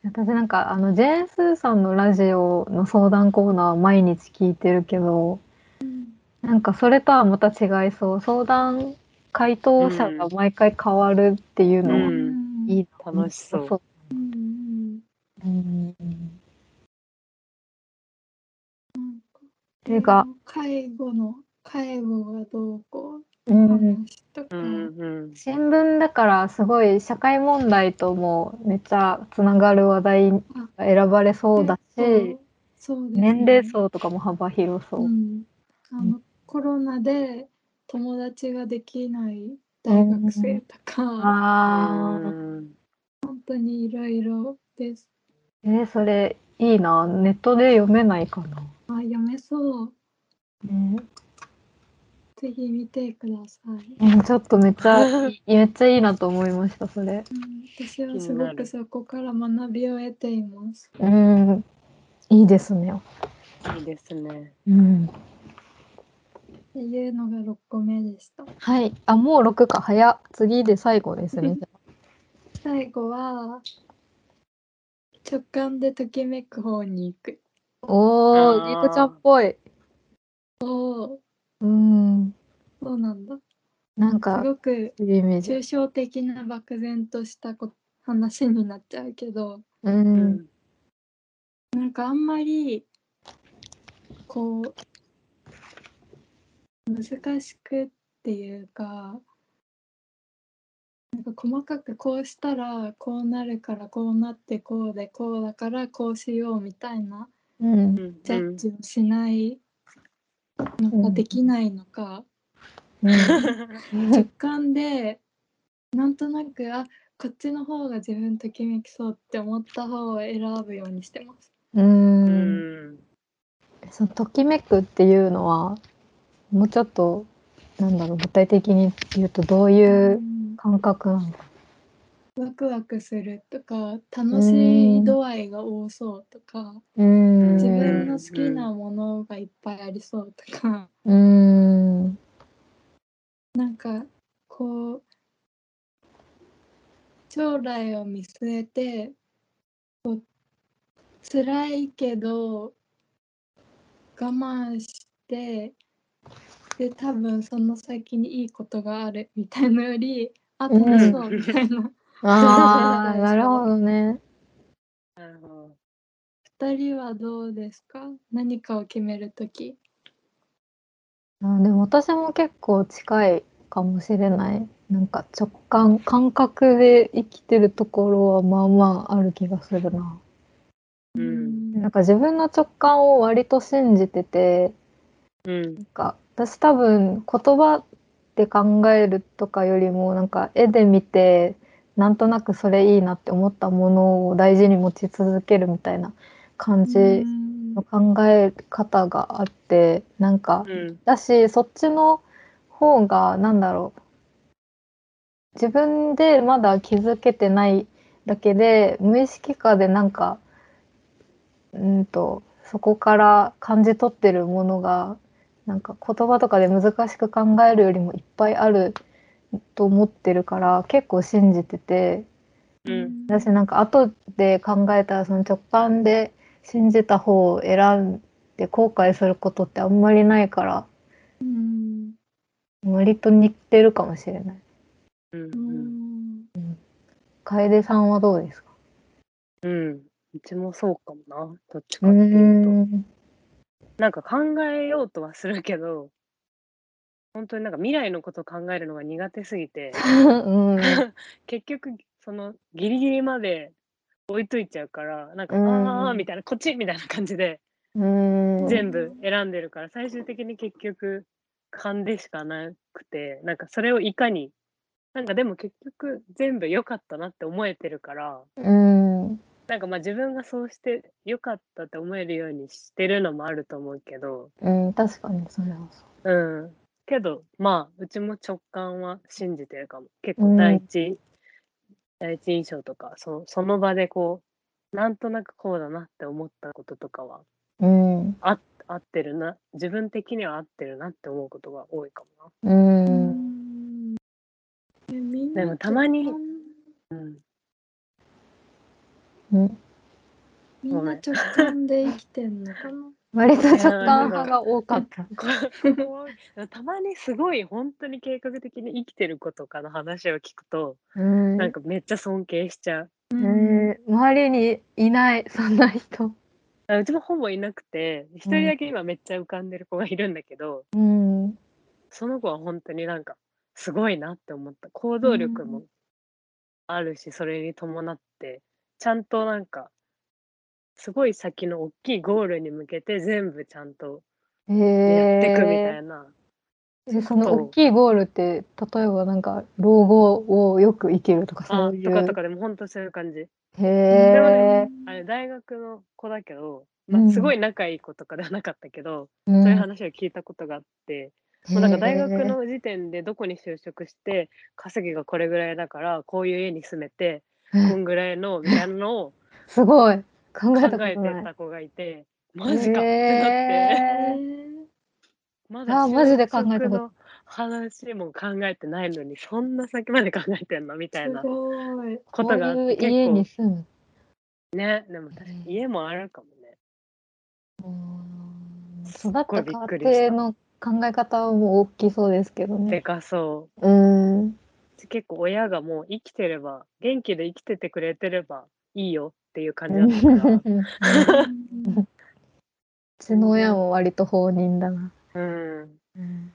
Speaker 3: 私なんかあのジェーン・スーさんのラジオの相談コーナー毎日聞いてるけどなんかそれとはまた違いそう相談回答者が毎回変わるっていうの
Speaker 2: う
Speaker 3: は
Speaker 2: ん
Speaker 3: いいな、
Speaker 2: 楽しそう
Speaker 3: そ
Speaker 4: うんうん
Speaker 3: う、うん、
Speaker 4: うん
Speaker 3: 映画
Speaker 4: 介護の介護がどうこ
Speaker 3: う
Speaker 4: うん話とか、
Speaker 2: うんうん。
Speaker 3: 新聞だからすごい社会問題ともめっちゃつながる話題が選ばれそうだし、
Speaker 4: 結構そうですね
Speaker 3: 年齢層とかも幅広そう。
Speaker 4: うん、あの、コロナで友達ができない大学生とか、
Speaker 3: あ
Speaker 2: う
Speaker 3: あ、
Speaker 2: ん
Speaker 4: 本当にいろいろです。
Speaker 3: えーそれいいな。ネットで読めないかな。
Speaker 4: あ、やめそう。
Speaker 3: ね
Speaker 4: ぜひ見てください。
Speaker 3: うんちょっとめっち ゃいいめっちゃいいなと思いました。それ。
Speaker 4: うん、私は
Speaker 2: 気
Speaker 4: す
Speaker 2: にな
Speaker 4: ご
Speaker 2: る
Speaker 4: くそこから学びを得ています。
Speaker 3: うん、いいですね。
Speaker 2: いいですね。
Speaker 3: うん。
Speaker 4: っていうのが6個目でした。
Speaker 3: はい。あ、もう六か早っ。次で最後ですね。じゃあ
Speaker 4: 最後は直感でときめく方に行く。
Speaker 3: お
Speaker 2: あ
Speaker 3: ー、
Speaker 2: ー
Speaker 3: りこちゃんっぽい。うん。
Speaker 4: そうなんだ。
Speaker 3: なん
Speaker 4: す
Speaker 3: か、
Speaker 4: ごく
Speaker 3: いいイメージ。
Speaker 4: 抽象的な漠然としたこ話になっちゃうけど、
Speaker 3: う。
Speaker 2: うんん。
Speaker 4: なんかあんまりこう難しくっていうかなんか細かくこうしたらこうなるからこうなってこうでこうだからこうしようみたいな
Speaker 3: うん。
Speaker 2: うん
Speaker 4: ジャッジをしないの
Speaker 3: う
Speaker 4: か
Speaker 3: ん
Speaker 4: できないのか、直感でなんとなくあこっちの方が自分ときめきそうって思った方を選ぶようにしてます。
Speaker 3: う。
Speaker 2: うんん。
Speaker 3: そのときめくっていうのは、もうちょっと、なんだろう、具体的に言うと、どういう感覚なの
Speaker 4: ワクワクするとか楽しい度合いが多そうとか
Speaker 3: うん。
Speaker 4: 自分の好きなものがいっぱいありそうとか
Speaker 3: うん。
Speaker 4: なんかこう将来を見据えてこう辛いけど我慢してで多分その先にいいことがあるみたいなよりあ楽しそうみたいな
Speaker 3: ああ、なるほどね。
Speaker 2: なるほど
Speaker 4: 二人はどうですか何かを決めるとき。
Speaker 3: あでも私も結構近いかもしれない。なんか直感、感覚で生きてるところはまあまあある気がするな。
Speaker 2: うん
Speaker 3: なんか自分の直感を割と信じてて、
Speaker 2: うん。
Speaker 3: なんか私多分言葉で考えるとかよりもなんか絵で見てなんとなくそれいいなって思ったものを大事に持ち続けるみたいな感じの考え方があって、なんか、
Speaker 2: うん。
Speaker 3: だしそっちの方がなんだろう自分でまだ気づけてないだけで無意識下でなんかうんとそこから感じ取ってるものがなんか言葉とかで難しく考えるよりもいっぱいあると思ってるから結構信じてて
Speaker 2: うん。
Speaker 3: だしなんか後で考えたらその直感で信じた方を選んで後悔することってあんまりないから
Speaker 4: うん
Speaker 3: 割と似てるかもしれない。
Speaker 2: うん
Speaker 4: う
Speaker 2: うん。
Speaker 4: ん
Speaker 3: 楓さんはどうですか
Speaker 2: うん。うちもそうかもな。どっちか
Speaker 3: う
Speaker 2: っていうと。
Speaker 3: ん。
Speaker 2: なんか考えようとはするけど、本当になんか未来のことを考えるのが苦手すぎて、
Speaker 3: うん。
Speaker 2: 結局、そのギリギリまで置いといちゃうから、なんか、
Speaker 3: うん
Speaker 2: ああ、みたいな、こっちみたいな感じで
Speaker 3: うん。
Speaker 2: 全部選んでるから、最終的に結局、勘でしかなくて、なんかそれをいかに、なんかでも結局全部良かったなって思えてるから、
Speaker 3: うん。
Speaker 2: なんかまあ自分がそうして良かったって思えるようにしてるのもあると思うけど、
Speaker 3: うん。確かに、それはそ
Speaker 2: うん。けど、まあ、うちも直感は信じてるかも。結
Speaker 3: う
Speaker 2: 構
Speaker 3: ん
Speaker 2: 第一、第一印象とか、そその場でこう、なんとなくこうだなって思ったこととかは、
Speaker 3: う。うん。
Speaker 2: あ合ってるな、自分的には合ってるなって思うことが多いかも
Speaker 3: うん。
Speaker 4: えみん
Speaker 2: で
Speaker 4: な
Speaker 2: もたまに
Speaker 4: 直感
Speaker 2: な。うん。
Speaker 3: うん
Speaker 4: みんな直感で生きてんのかな。
Speaker 3: 割と直感派が多かった。
Speaker 2: ここうたまにすごい本当に計画的に生きてる子とかの話を聞くと、
Speaker 3: うん。
Speaker 2: なんかめっちゃ尊敬しちゃう。
Speaker 4: うん
Speaker 3: ね周りにいない、そんな人。
Speaker 2: あうちもほぼいなくて、一人だけ今めっちゃ浮かんでる子がいるんだけど、
Speaker 3: うん。
Speaker 2: その子は本当になんかすごいなって思った行動力もあるし、それに伴ってちゃんとなんかすごい先の大きいゴールに向けて全部ちゃんと
Speaker 3: へ
Speaker 2: やっていくみた
Speaker 3: え。
Speaker 2: いな、
Speaker 3: えその大きいゴールって、例えばなんか、老後をよく生きるとか、そ
Speaker 2: あ
Speaker 3: うい
Speaker 2: とかと
Speaker 3: う。
Speaker 2: かでも本当そういう感じ
Speaker 3: へえ。
Speaker 2: あれ大学の子だけど、ま
Speaker 3: うん
Speaker 2: あ、すごい仲いい子とかではなかったけど、
Speaker 3: そ
Speaker 2: そういう話を聞いたことがあって、もうなんか大学の時点でどこに就職して稼ぎがこれぐらいだからこういう家に住めてこんぐらいのみたいなのを
Speaker 3: すごい 考
Speaker 2: 考
Speaker 3: えたこと
Speaker 2: えて
Speaker 3: ない。
Speaker 2: た子がいて、マジかってなって、
Speaker 3: え
Speaker 4: えー
Speaker 2: ま
Speaker 3: あマジで考
Speaker 2: 就
Speaker 3: えたこと
Speaker 2: 職の話も考えてないのに、そんな先まで考えてんのみたいな
Speaker 4: すごい。
Speaker 2: ことがあっ
Speaker 3: こうい
Speaker 2: て、
Speaker 3: う家に
Speaker 2: 結
Speaker 3: 住む。
Speaker 2: 構ね、でも確かに家もあるかもね。
Speaker 3: うん
Speaker 2: す
Speaker 3: 育
Speaker 2: っ
Speaker 3: った
Speaker 2: ごい
Speaker 3: 家
Speaker 2: びっくりした
Speaker 3: 庭の考え方も大きそうですけど
Speaker 2: で
Speaker 3: ね。
Speaker 2: かそう。
Speaker 3: うん。
Speaker 2: 結構親がもう生きてれば元気で生きててくれてればいいよっていう感じだったか
Speaker 4: うん
Speaker 3: うちの親も割と放任だな。
Speaker 2: ら、うん、
Speaker 3: うん。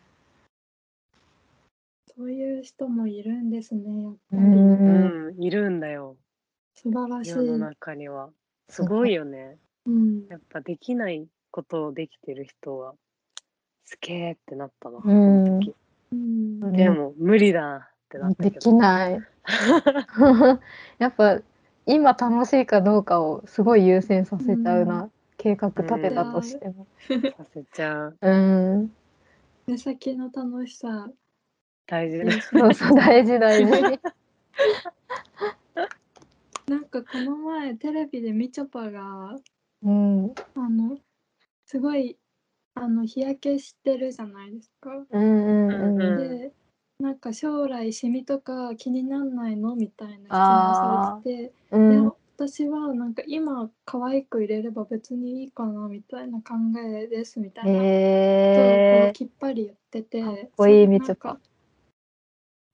Speaker 4: そういう人もいるんですね、やっぱ
Speaker 3: う
Speaker 4: り。
Speaker 3: ん
Speaker 2: うん、いるんだよ
Speaker 4: 素晴らしい。
Speaker 2: 世の中にはすごいよね
Speaker 4: うん、
Speaker 2: やっぱできないことをできてる人はすげえってなったな、
Speaker 3: うん
Speaker 2: こ
Speaker 4: うん
Speaker 2: の時でも無理だってなった
Speaker 3: で
Speaker 2: け
Speaker 3: き
Speaker 2: ど
Speaker 3: ない。やっぱ今楽しいかどうかをすごい優先させちゃうな。
Speaker 4: う
Speaker 3: 計画立てたとしても。
Speaker 2: させちゃう
Speaker 3: うん。
Speaker 4: 目先の楽しさ。
Speaker 2: 大 事
Speaker 4: 優
Speaker 2: で
Speaker 4: 先
Speaker 2: す
Speaker 3: そうそう、大事 大事。
Speaker 4: なんかこの前テレビでみちょぱが
Speaker 3: うん。
Speaker 4: あのすごいあの日焼けしてるじゃないですか。
Speaker 3: うんうんうん。
Speaker 4: でなんか将来シミとか気になんないのみたいな質問
Speaker 3: あー
Speaker 4: されてて、
Speaker 3: う
Speaker 4: い
Speaker 3: ん
Speaker 4: や私はなんか今可愛く入れれば別にいいかなみたいな考えですみたいなことを
Speaker 3: えー、
Speaker 4: きっぱり言ってて、かっ
Speaker 3: こいいみちょぱ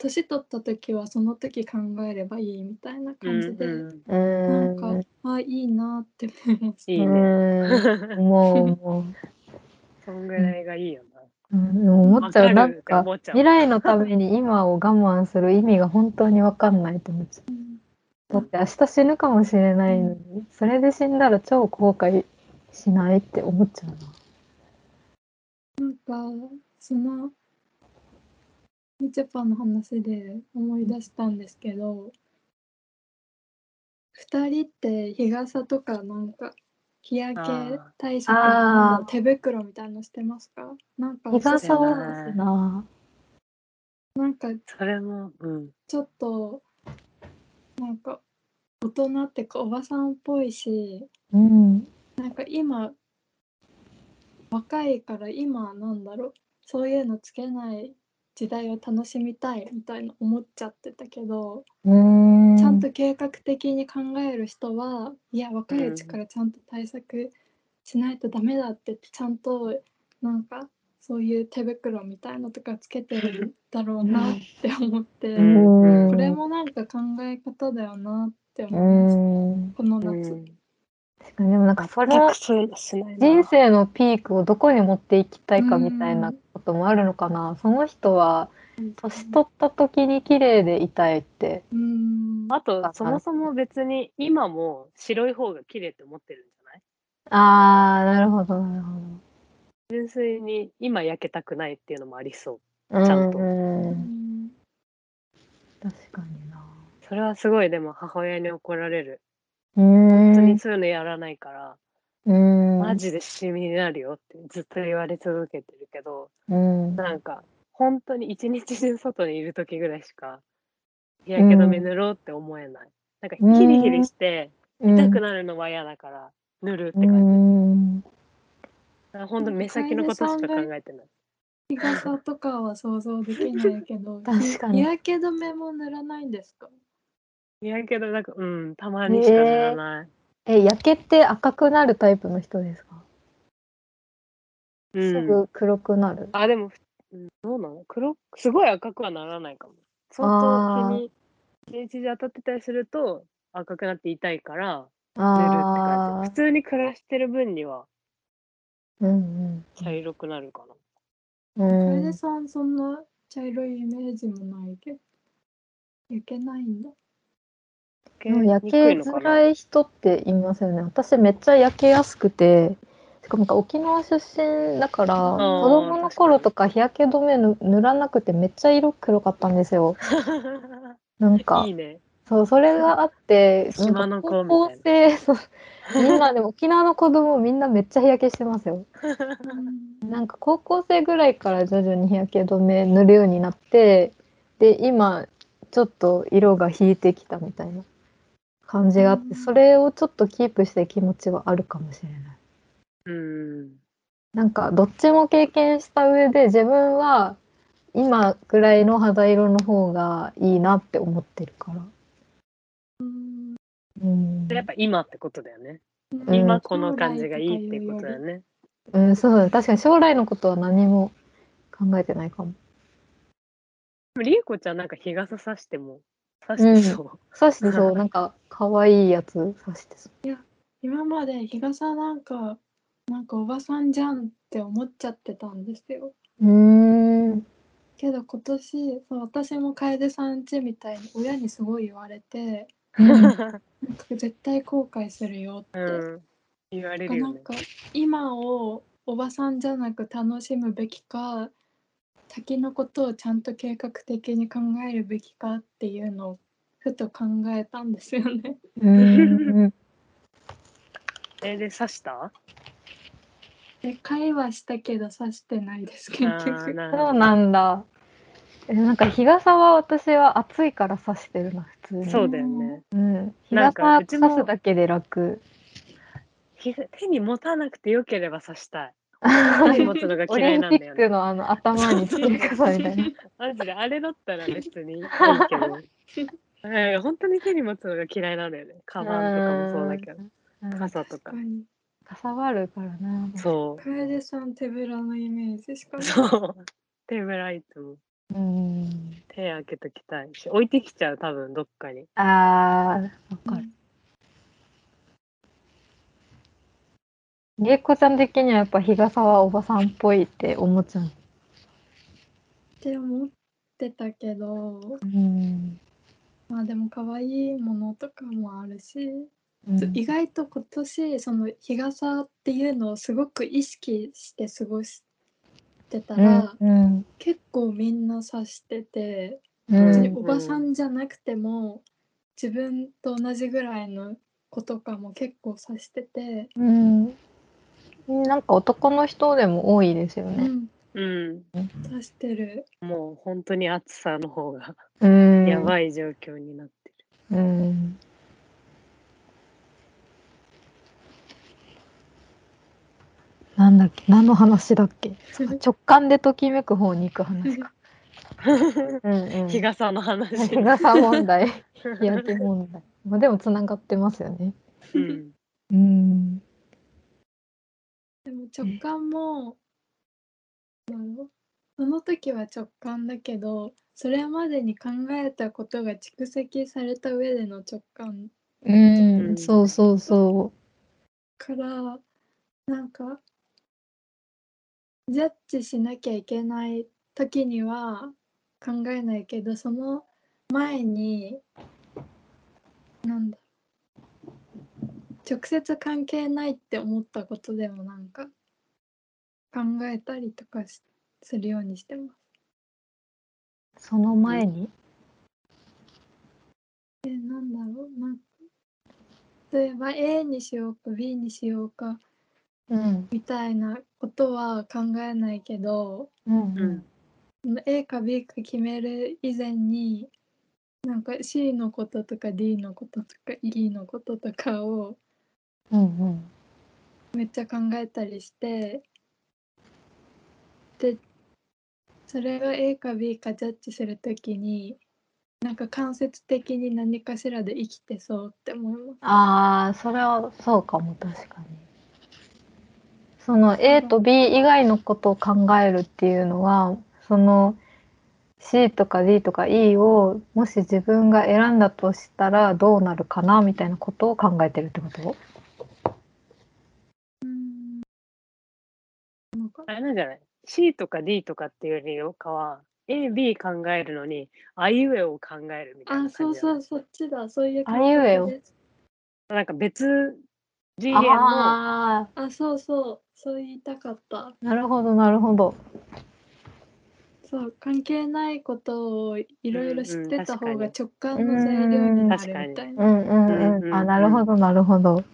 Speaker 4: 年取った時はその時考えればいいみたいな感じで、
Speaker 2: うん
Speaker 3: う
Speaker 4: なん
Speaker 3: ん
Speaker 4: か、あいいなって思いました
Speaker 2: いいね
Speaker 3: うんもうも
Speaker 2: そんぐらいがいいよな
Speaker 3: う、うん、でも思っちゃ
Speaker 2: わか
Speaker 3: う
Speaker 2: る
Speaker 3: なん
Speaker 2: って
Speaker 3: か
Speaker 2: 思っちゃう
Speaker 3: 未来のために今を我慢する意味が本当に分かんないと思っちゃうだって明日死ぬかもしれないのにそれで死んだら超後悔しないって思っちゃうな
Speaker 4: なんかそのみちょぱの話で思い出したんですけど2人って日傘とかなんか日焼け対策のなんだろう
Speaker 3: あー
Speaker 4: 手袋みたいのしてますかなんか
Speaker 3: 日傘を
Speaker 2: そうだね
Speaker 3: な
Speaker 4: なんか
Speaker 2: それもうん
Speaker 4: ちょっとなんか大人ってかおばさんっぽいし
Speaker 3: うん
Speaker 4: なんか今若いから今なんだろうそういうのつけない時代を楽しみたいみたいな思っちゃってたけど、
Speaker 3: うん
Speaker 4: ちゃんと計画的に考える人はいや若いうちからちゃんと対策しないとダメだって言ってちゃんとなんかそういう手袋みたいのとかつけてるんだろうなって思って、
Speaker 2: うん
Speaker 3: うん
Speaker 4: これもなんか考え方だよなって
Speaker 3: う
Speaker 4: 思いま
Speaker 3: ん
Speaker 4: した、この
Speaker 2: う
Speaker 4: 夏。
Speaker 2: ん
Speaker 3: 確かにでもなんかそれ
Speaker 2: 全くそういうのしないな
Speaker 3: 人生のピークをどこに持っていきたいかみたいなこともあるのかな、その人は年取った時に綺麗でいたいって
Speaker 4: うん
Speaker 2: あと、そもそも別に今も白い方が綺麗って思ってるんじゃない
Speaker 3: あーなるほどなるほ
Speaker 2: 純粋に今焼けたくないっていうのもありそ
Speaker 3: ど
Speaker 2: ちゃんと
Speaker 3: うん
Speaker 4: う
Speaker 3: うん
Speaker 4: ん
Speaker 3: 確かにな
Speaker 2: う。それはすごいでも母親に怒られる。
Speaker 3: う
Speaker 2: 本当
Speaker 3: ん
Speaker 2: にそういうのやらないから、
Speaker 3: うん
Speaker 2: マジでシミになるよってずっと言われ続けてるけど、
Speaker 3: うん
Speaker 2: なんか本当に一日中外にいる時ぐらいしか日焼け止め塗ろうって思えない。なんかヒリヒリして痛くなるのは嫌だから塗るって感じ。
Speaker 3: うん
Speaker 2: だから本当目先のことしか考えてない。
Speaker 4: 日傘とかは想像できないけど
Speaker 3: 確かに
Speaker 4: 日焼け止めも塗らないんですか
Speaker 2: 日焼け止めなんか、うん、たまにしか塗らない。
Speaker 3: え焼けて赤くなるタイプの人ですか、
Speaker 2: うん、
Speaker 3: すぐ黒くなる
Speaker 2: あ、でも、ふうんどうなの黒すごい赤くはならないかも。相当
Speaker 3: あー
Speaker 2: 日に、一日中当たってたりすると赤くなって痛いから塗るって
Speaker 3: あ
Speaker 2: 感じ。
Speaker 3: あ
Speaker 2: 普通に暮らしてる分には
Speaker 3: うん
Speaker 2: 茶色くなるかな。
Speaker 3: う
Speaker 4: 楓、
Speaker 3: んうん
Speaker 4: さんそんな茶色いイメージもないけど焼けないんだ
Speaker 3: でも焼けづらい人っていますよね。私めっちゃ焼けやすくて、しかもなんか沖縄出身だから、子供の頃とか日焼け止めぬ塗らなくてめっちゃ色黒かったんですよ。なんか、
Speaker 2: いいね。
Speaker 3: そう、それがあって、
Speaker 2: 島の子みたい
Speaker 3: な。高校生、そうみんなでも沖縄の子供みんなめっちゃ日焼けしてますよ。
Speaker 4: うん
Speaker 3: なんか高校生ぐらいから徐々に日焼け止め塗るようになってで今ちょっと色が引いてきたみたいな感じがあっ
Speaker 4: うん
Speaker 3: てそれをちょっとキープしてる気持ちはあるかもしれない。
Speaker 2: うん。
Speaker 3: なんかどっちも経験した上で自分は今くらいの肌色の方がいいなって思ってるから。うん
Speaker 2: でやっぱ今ってことだよね。
Speaker 3: うん
Speaker 2: 今この感じがいいってことだよ
Speaker 4: ね。
Speaker 2: ね。
Speaker 3: うん、そうだね。確かに将来のことは何も考えてないかも。
Speaker 2: でもりえこちゃんなんか日傘さしても、さしてそう。
Speaker 3: さして そう、なんか可愛いやつさしてそ
Speaker 4: 今まで日傘なんかなんかおばさんじゃんって思っちゃってたんですよ。
Speaker 3: う。うーん。
Speaker 4: けど今年そう私も楓さん家みたいに親にすごい言われ て
Speaker 3: うん
Speaker 4: なんか絶対後悔するよって、
Speaker 2: うん。言われる
Speaker 4: な
Speaker 2: よ
Speaker 4: ん
Speaker 2: ね。
Speaker 4: か今をおばさんじゃなく楽しむべきか先のことをちゃんと計画的に考えるべきかっていうのをふと考えたんです よね。
Speaker 3: うん。
Speaker 2: え、で、刺した
Speaker 4: で会話したけどさしてないです
Speaker 2: あ
Speaker 4: 結
Speaker 2: ー
Speaker 4: 局。
Speaker 2: なる
Speaker 3: そ
Speaker 2: ほ
Speaker 3: う
Speaker 2: ど
Speaker 3: なんだ。えなんか日傘は私は暑いからさしてるな、普通に。
Speaker 2: そうだよね。
Speaker 3: うん。日
Speaker 2: なん
Speaker 3: 傘
Speaker 2: か
Speaker 3: さ
Speaker 2: うちも
Speaker 3: すだけで楽。
Speaker 2: ひ手に持たなくてよければ刺したい。手に持つのが
Speaker 3: オ
Speaker 2: 嫌
Speaker 3: レ
Speaker 2: い
Speaker 3: ン
Speaker 2: なん
Speaker 3: ピ
Speaker 2: だよ
Speaker 3: ック
Speaker 2: ね。
Speaker 3: のあの頭につける傘みたいな。
Speaker 2: マジであれだったら別にいいけど。 なんか本当に手に持つのが嫌いなんだよね。カバンとかもそうだけど、
Speaker 3: うん
Speaker 2: 傘とか
Speaker 4: 確。に
Speaker 3: かさばるからな。
Speaker 2: そ
Speaker 4: 楓さん手ぶらのイメージしか
Speaker 2: う。
Speaker 4: ない。
Speaker 2: そう。手ぶらいつも
Speaker 3: うん。
Speaker 2: 手開けときたいし、置いてきちゃう、多分どっかに。
Speaker 3: あー、わかる。りえこちゃん的にはやっぱ日傘はおばさんっぽいって思っちゃう。
Speaker 4: って思ってたけど
Speaker 3: うん。
Speaker 4: まあでも可愛いものとかもあるし、
Speaker 3: うん
Speaker 4: 意外と今年その日傘っていうのをすごく意識して過ごしてたら、
Speaker 3: うん。
Speaker 4: 結構みんなさしてて、
Speaker 3: う
Speaker 4: 別に
Speaker 3: ん。
Speaker 4: おばさんじゃなくても自分と同じぐらいの子とかも結構さしてて、
Speaker 3: うん。なんか男の人でも多いですよ
Speaker 4: う
Speaker 3: ね。
Speaker 4: ん、
Speaker 2: うん。
Speaker 4: さしてる。
Speaker 2: もう本当に暑さの方が
Speaker 3: うん。
Speaker 2: やばい状況になってる。
Speaker 3: うん。なんだっけ何の話だっけ 直感でときめく方に行く話か。うんうん、
Speaker 2: 日傘の話。
Speaker 3: 日傘問題、 日焼け問題。まあでもつながってますよね。
Speaker 2: うん。
Speaker 3: うん。
Speaker 4: でも直感も、なんだろうその時は直感だけどそれまでに考えたことが蓄積された上での直感
Speaker 3: うん、
Speaker 2: うん
Speaker 3: そうそうそ
Speaker 4: からなんかジャッジしなきゃいけない時には考えないけどその前になんだ直接関係ないって思ったことでもなんか考えたりとかしするようにしてます。
Speaker 3: う。その前に。
Speaker 4: えなんだろうなんか例えば A にしようか B にしようか
Speaker 3: うん。
Speaker 4: みたいなことは考えないけど
Speaker 3: うん。
Speaker 2: う
Speaker 3: うん
Speaker 2: ん。
Speaker 4: A か B か決める以前になんか C のこととか D のこととか E のこととかを
Speaker 3: うん。
Speaker 4: めっちゃ考えたりしてでそれが A か B かジャッジするときになんか間接的に何かしらで生きてそうって思いま
Speaker 3: ああ、それはそうかも、確かに。その A と B 以外のことを考えるっていうのは、その C とか D とか E をもし自分が選んだとしたらどうなるかなみたいなことを考えてるってこと
Speaker 4: すなんか
Speaker 2: あれなんじゃない ?C とか D とかっていうよりよかは、A、B 考えるのに、あいうえおを考えるみたい
Speaker 4: あ
Speaker 2: な感
Speaker 4: そう
Speaker 2: じじゃない
Speaker 4: そうそっちだそういう
Speaker 3: あいうえ
Speaker 4: 感
Speaker 3: お
Speaker 4: じです
Speaker 2: なんか別次元の
Speaker 3: あ
Speaker 4: あそうそうそう言いたかった
Speaker 3: あ、なるほど、なるほど。
Speaker 4: そう関係ないことをいろいろ知ってた方が
Speaker 2: うんうん
Speaker 4: 直感の材料になるみたいな。
Speaker 3: うんうん
Speaker 2: うん
Speaker 3: うん。
Speaker 2: うんうん
Speaker 3: あ、なるほど、なるほど。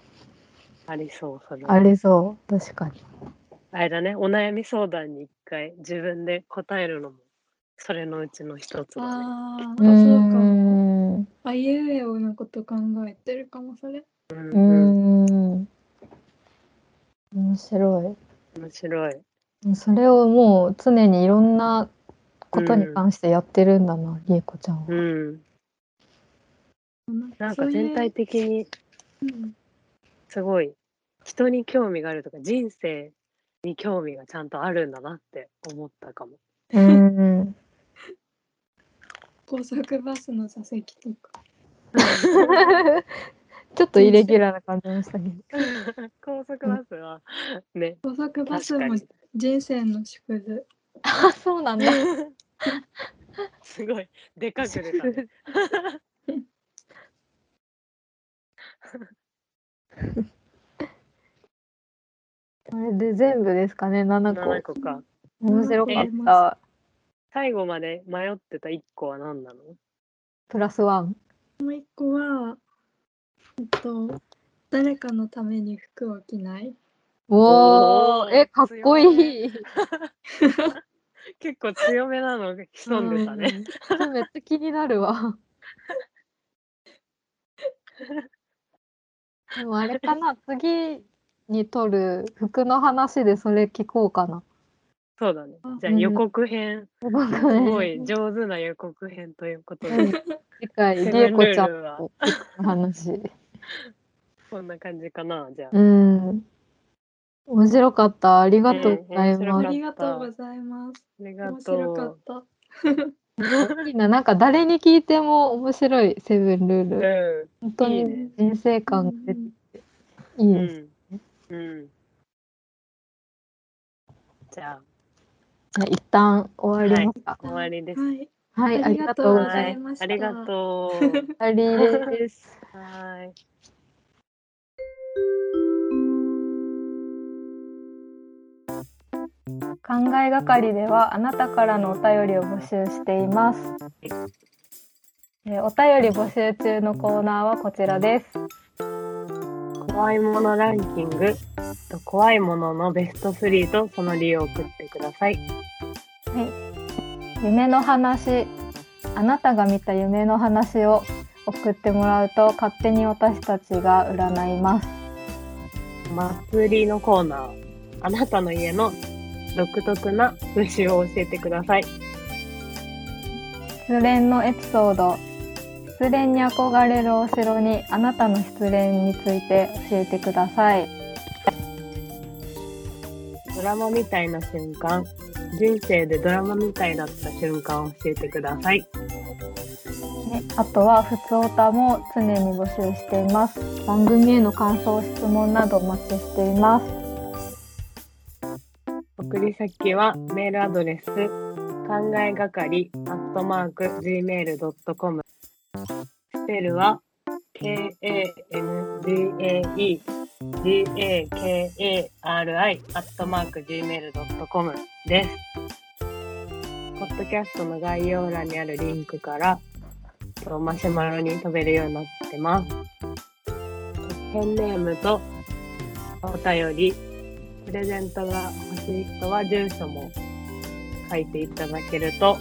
Speaker 2: ありそう、それ。
Speaker 3: ありそう、確かに。
Speaker 2: あれだね、お悩み相談に一回自分で答えるのも、それのうちの一つだね。
Speaker 4: ああ、
Speaker 3: う
Speaker 4: そうかも。
Speaker 3: ーん。
Speaker 4: あいうえおのこと考えてるかもそれ。
Speaker 3: うー
Speaker 2: うん、
Speaker 3: ん。面白い。
Speaker 2: 面白い。
Speaker 3: それをもう常にいろんなことに関してやってるんだな、りえこちゃん
Speaker 2: う
Speaker 3: は。
Speaker 2: ん。なんか
Speaker 4: そういう
Speaker 2: 全体的に
Speaker 4: うん
Speaker 2: すごい人に興味があるとか人生に興味がちゃんとあるんだなって思ったかも。
Speaker 3: うん。
Speaker 4: 高速バスの座席とか
Speaker 3: ちょっとイレギュラーな感じもしたけど。
Speaker 2: 高速バスはね
Speaker 4: 高速バス
Speaker 2: 確か
Speaker 4: も
Speaker 2: に
Speaker 4: 人生の縮図
Speaker 3: あ、 そうなんだ。
Speaker 2: すごいでかく出 たね。
Speaker 3: これで全部ですかね、7個
Speaker 2: 7。個か。
Speaker 3: 面白かった。
Speaker 2: 最後まで迷ってた1個は何なの
Speaker 3: プラスワン。
Speaker 4: もう一個はえっと誰かのために服を着ない
Speaker 3: お
Speaker 2: おー
Speaker 3: ー、え、かっこいい。
Speaker 2: 結構強めなのが潜んでたね。
Speaker 3: うん。めっちゃ気にな るわ。でもあれかな、次に撮る服の話でそれ聞こうかな。
Speaker 2: そうだね
Speaker 4: うん。
Speaker 2: じゃあ予告編、
Speaker 3: すご
Speaker 2: す
Speaker 3: く
Speaker 2: ご
Speaker 3: ね。
Speaker 2: い上手な予告編ということ
Speaker 3: うん
Speaker 2: で、
Speaker 3: 次回、
Speaker 2: セ
Speaker 3: りえ
Speaker 2: ブン
Speaker 3: こ
Speaker 2: ル
Speaker 3: ちゃ
Speaker 2: ー
Speaker 3: ん
Speaker 2: ルは
Speaker 3: の話。
Speaker 2: こんな感じかな、じゃあ。
Speaker 3: うん。面白かった。ありがとうござい
Speaker 2: うん面白か
Speaker 3: ま
Speaker 2: っ
Speaker 3: す
Speaker 2: た
Speaker 4: あ。りがとうございます
Speaker 2: ありが
Speaker 4: 面白か
Speaker 2: と
Speaker 4: った
Speaker 3: いいな、なんか誰に聞いても面白い、セブンルー
Speaker 2: う。
Speaker 3: ル。
Speaker 2: う
Speaker 3: 本当
Speaker 2: いい
Speaker 3: に
Speaker 2: ね
Speaker 3: 人生観が出てい
Speaker 2: ん。
Speaker 3: いうで
Speaker 2: ん。
Speaker 3: す。
Speaker 2: うん。じゃあ、
Speaker 3: じゃあ一旦終わりますか。
Speaker 2: 終わりです。
Speaker 4: はい
Speaker 3: はい、あ
Speaker 4: あ
Speaker 3: り
Speaker 4: り
Speaker 3: が
Speaker 4: が
Speaker 3: と
Speaker 4: と
Speaker 3: う
Speaker 4: う
Speaker 3: ご
Speaker 4: ご
Speaker 3: ざ
Speaker 4: ざ
Speaker 3: い
Speaker 4: い
Speaker 3: ま
Speaker 4: ました
Speaker 2: ありがとう。
Speaker 3: す。ありです。
Speaker 2: はい。
Speaker 3: 考えがかりではあなたからのお便りを募集しています、えーお便り募集中のコーナーはこちらです
Speaker 2: 怖いものランキング、えっと怖いもののベスト3とその理由を送ってください。
Speaker 3: 夢の話あなたが見た夢の話を送ってもらうと勝手に私たちが占います
Speaker 2: 祭りのコーナー、あなたの家の独特な風習を教えてください。
Speaker 3: 失恋のエピソード失恋に憧れるお城にあなたの失恋について教えてください
Speaker 2: ドラマみたいな瞬間、人生でドラマみたいだった瞬間を教えてください。
Speaker 3: ね、あとはふつおたも常に募集しています番組への感想質問などお待ちしています
Speaker 2: 送り先はメールアドレス、考えがかり、アットマーク、gmail.com。スペルは、k-a-n-g-a-e、g-a-k-a-r-i、アットマーク、gmail.com です。ポッドキャストの概要欄にあるリンクから、とマシュマロに飛べるようになってます。ペンネームとお便り、プレゼントが欲しい人は住所も書いていただけると、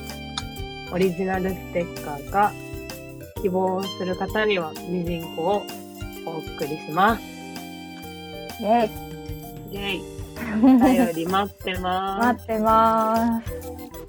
Speaker 2: オリジナルステッカーが希望する方にはミジンコをお送りします。
Speaker 3: イエイ
Speaker 2: イェイ。お便り待ってます。
Speaker 3: 待ってます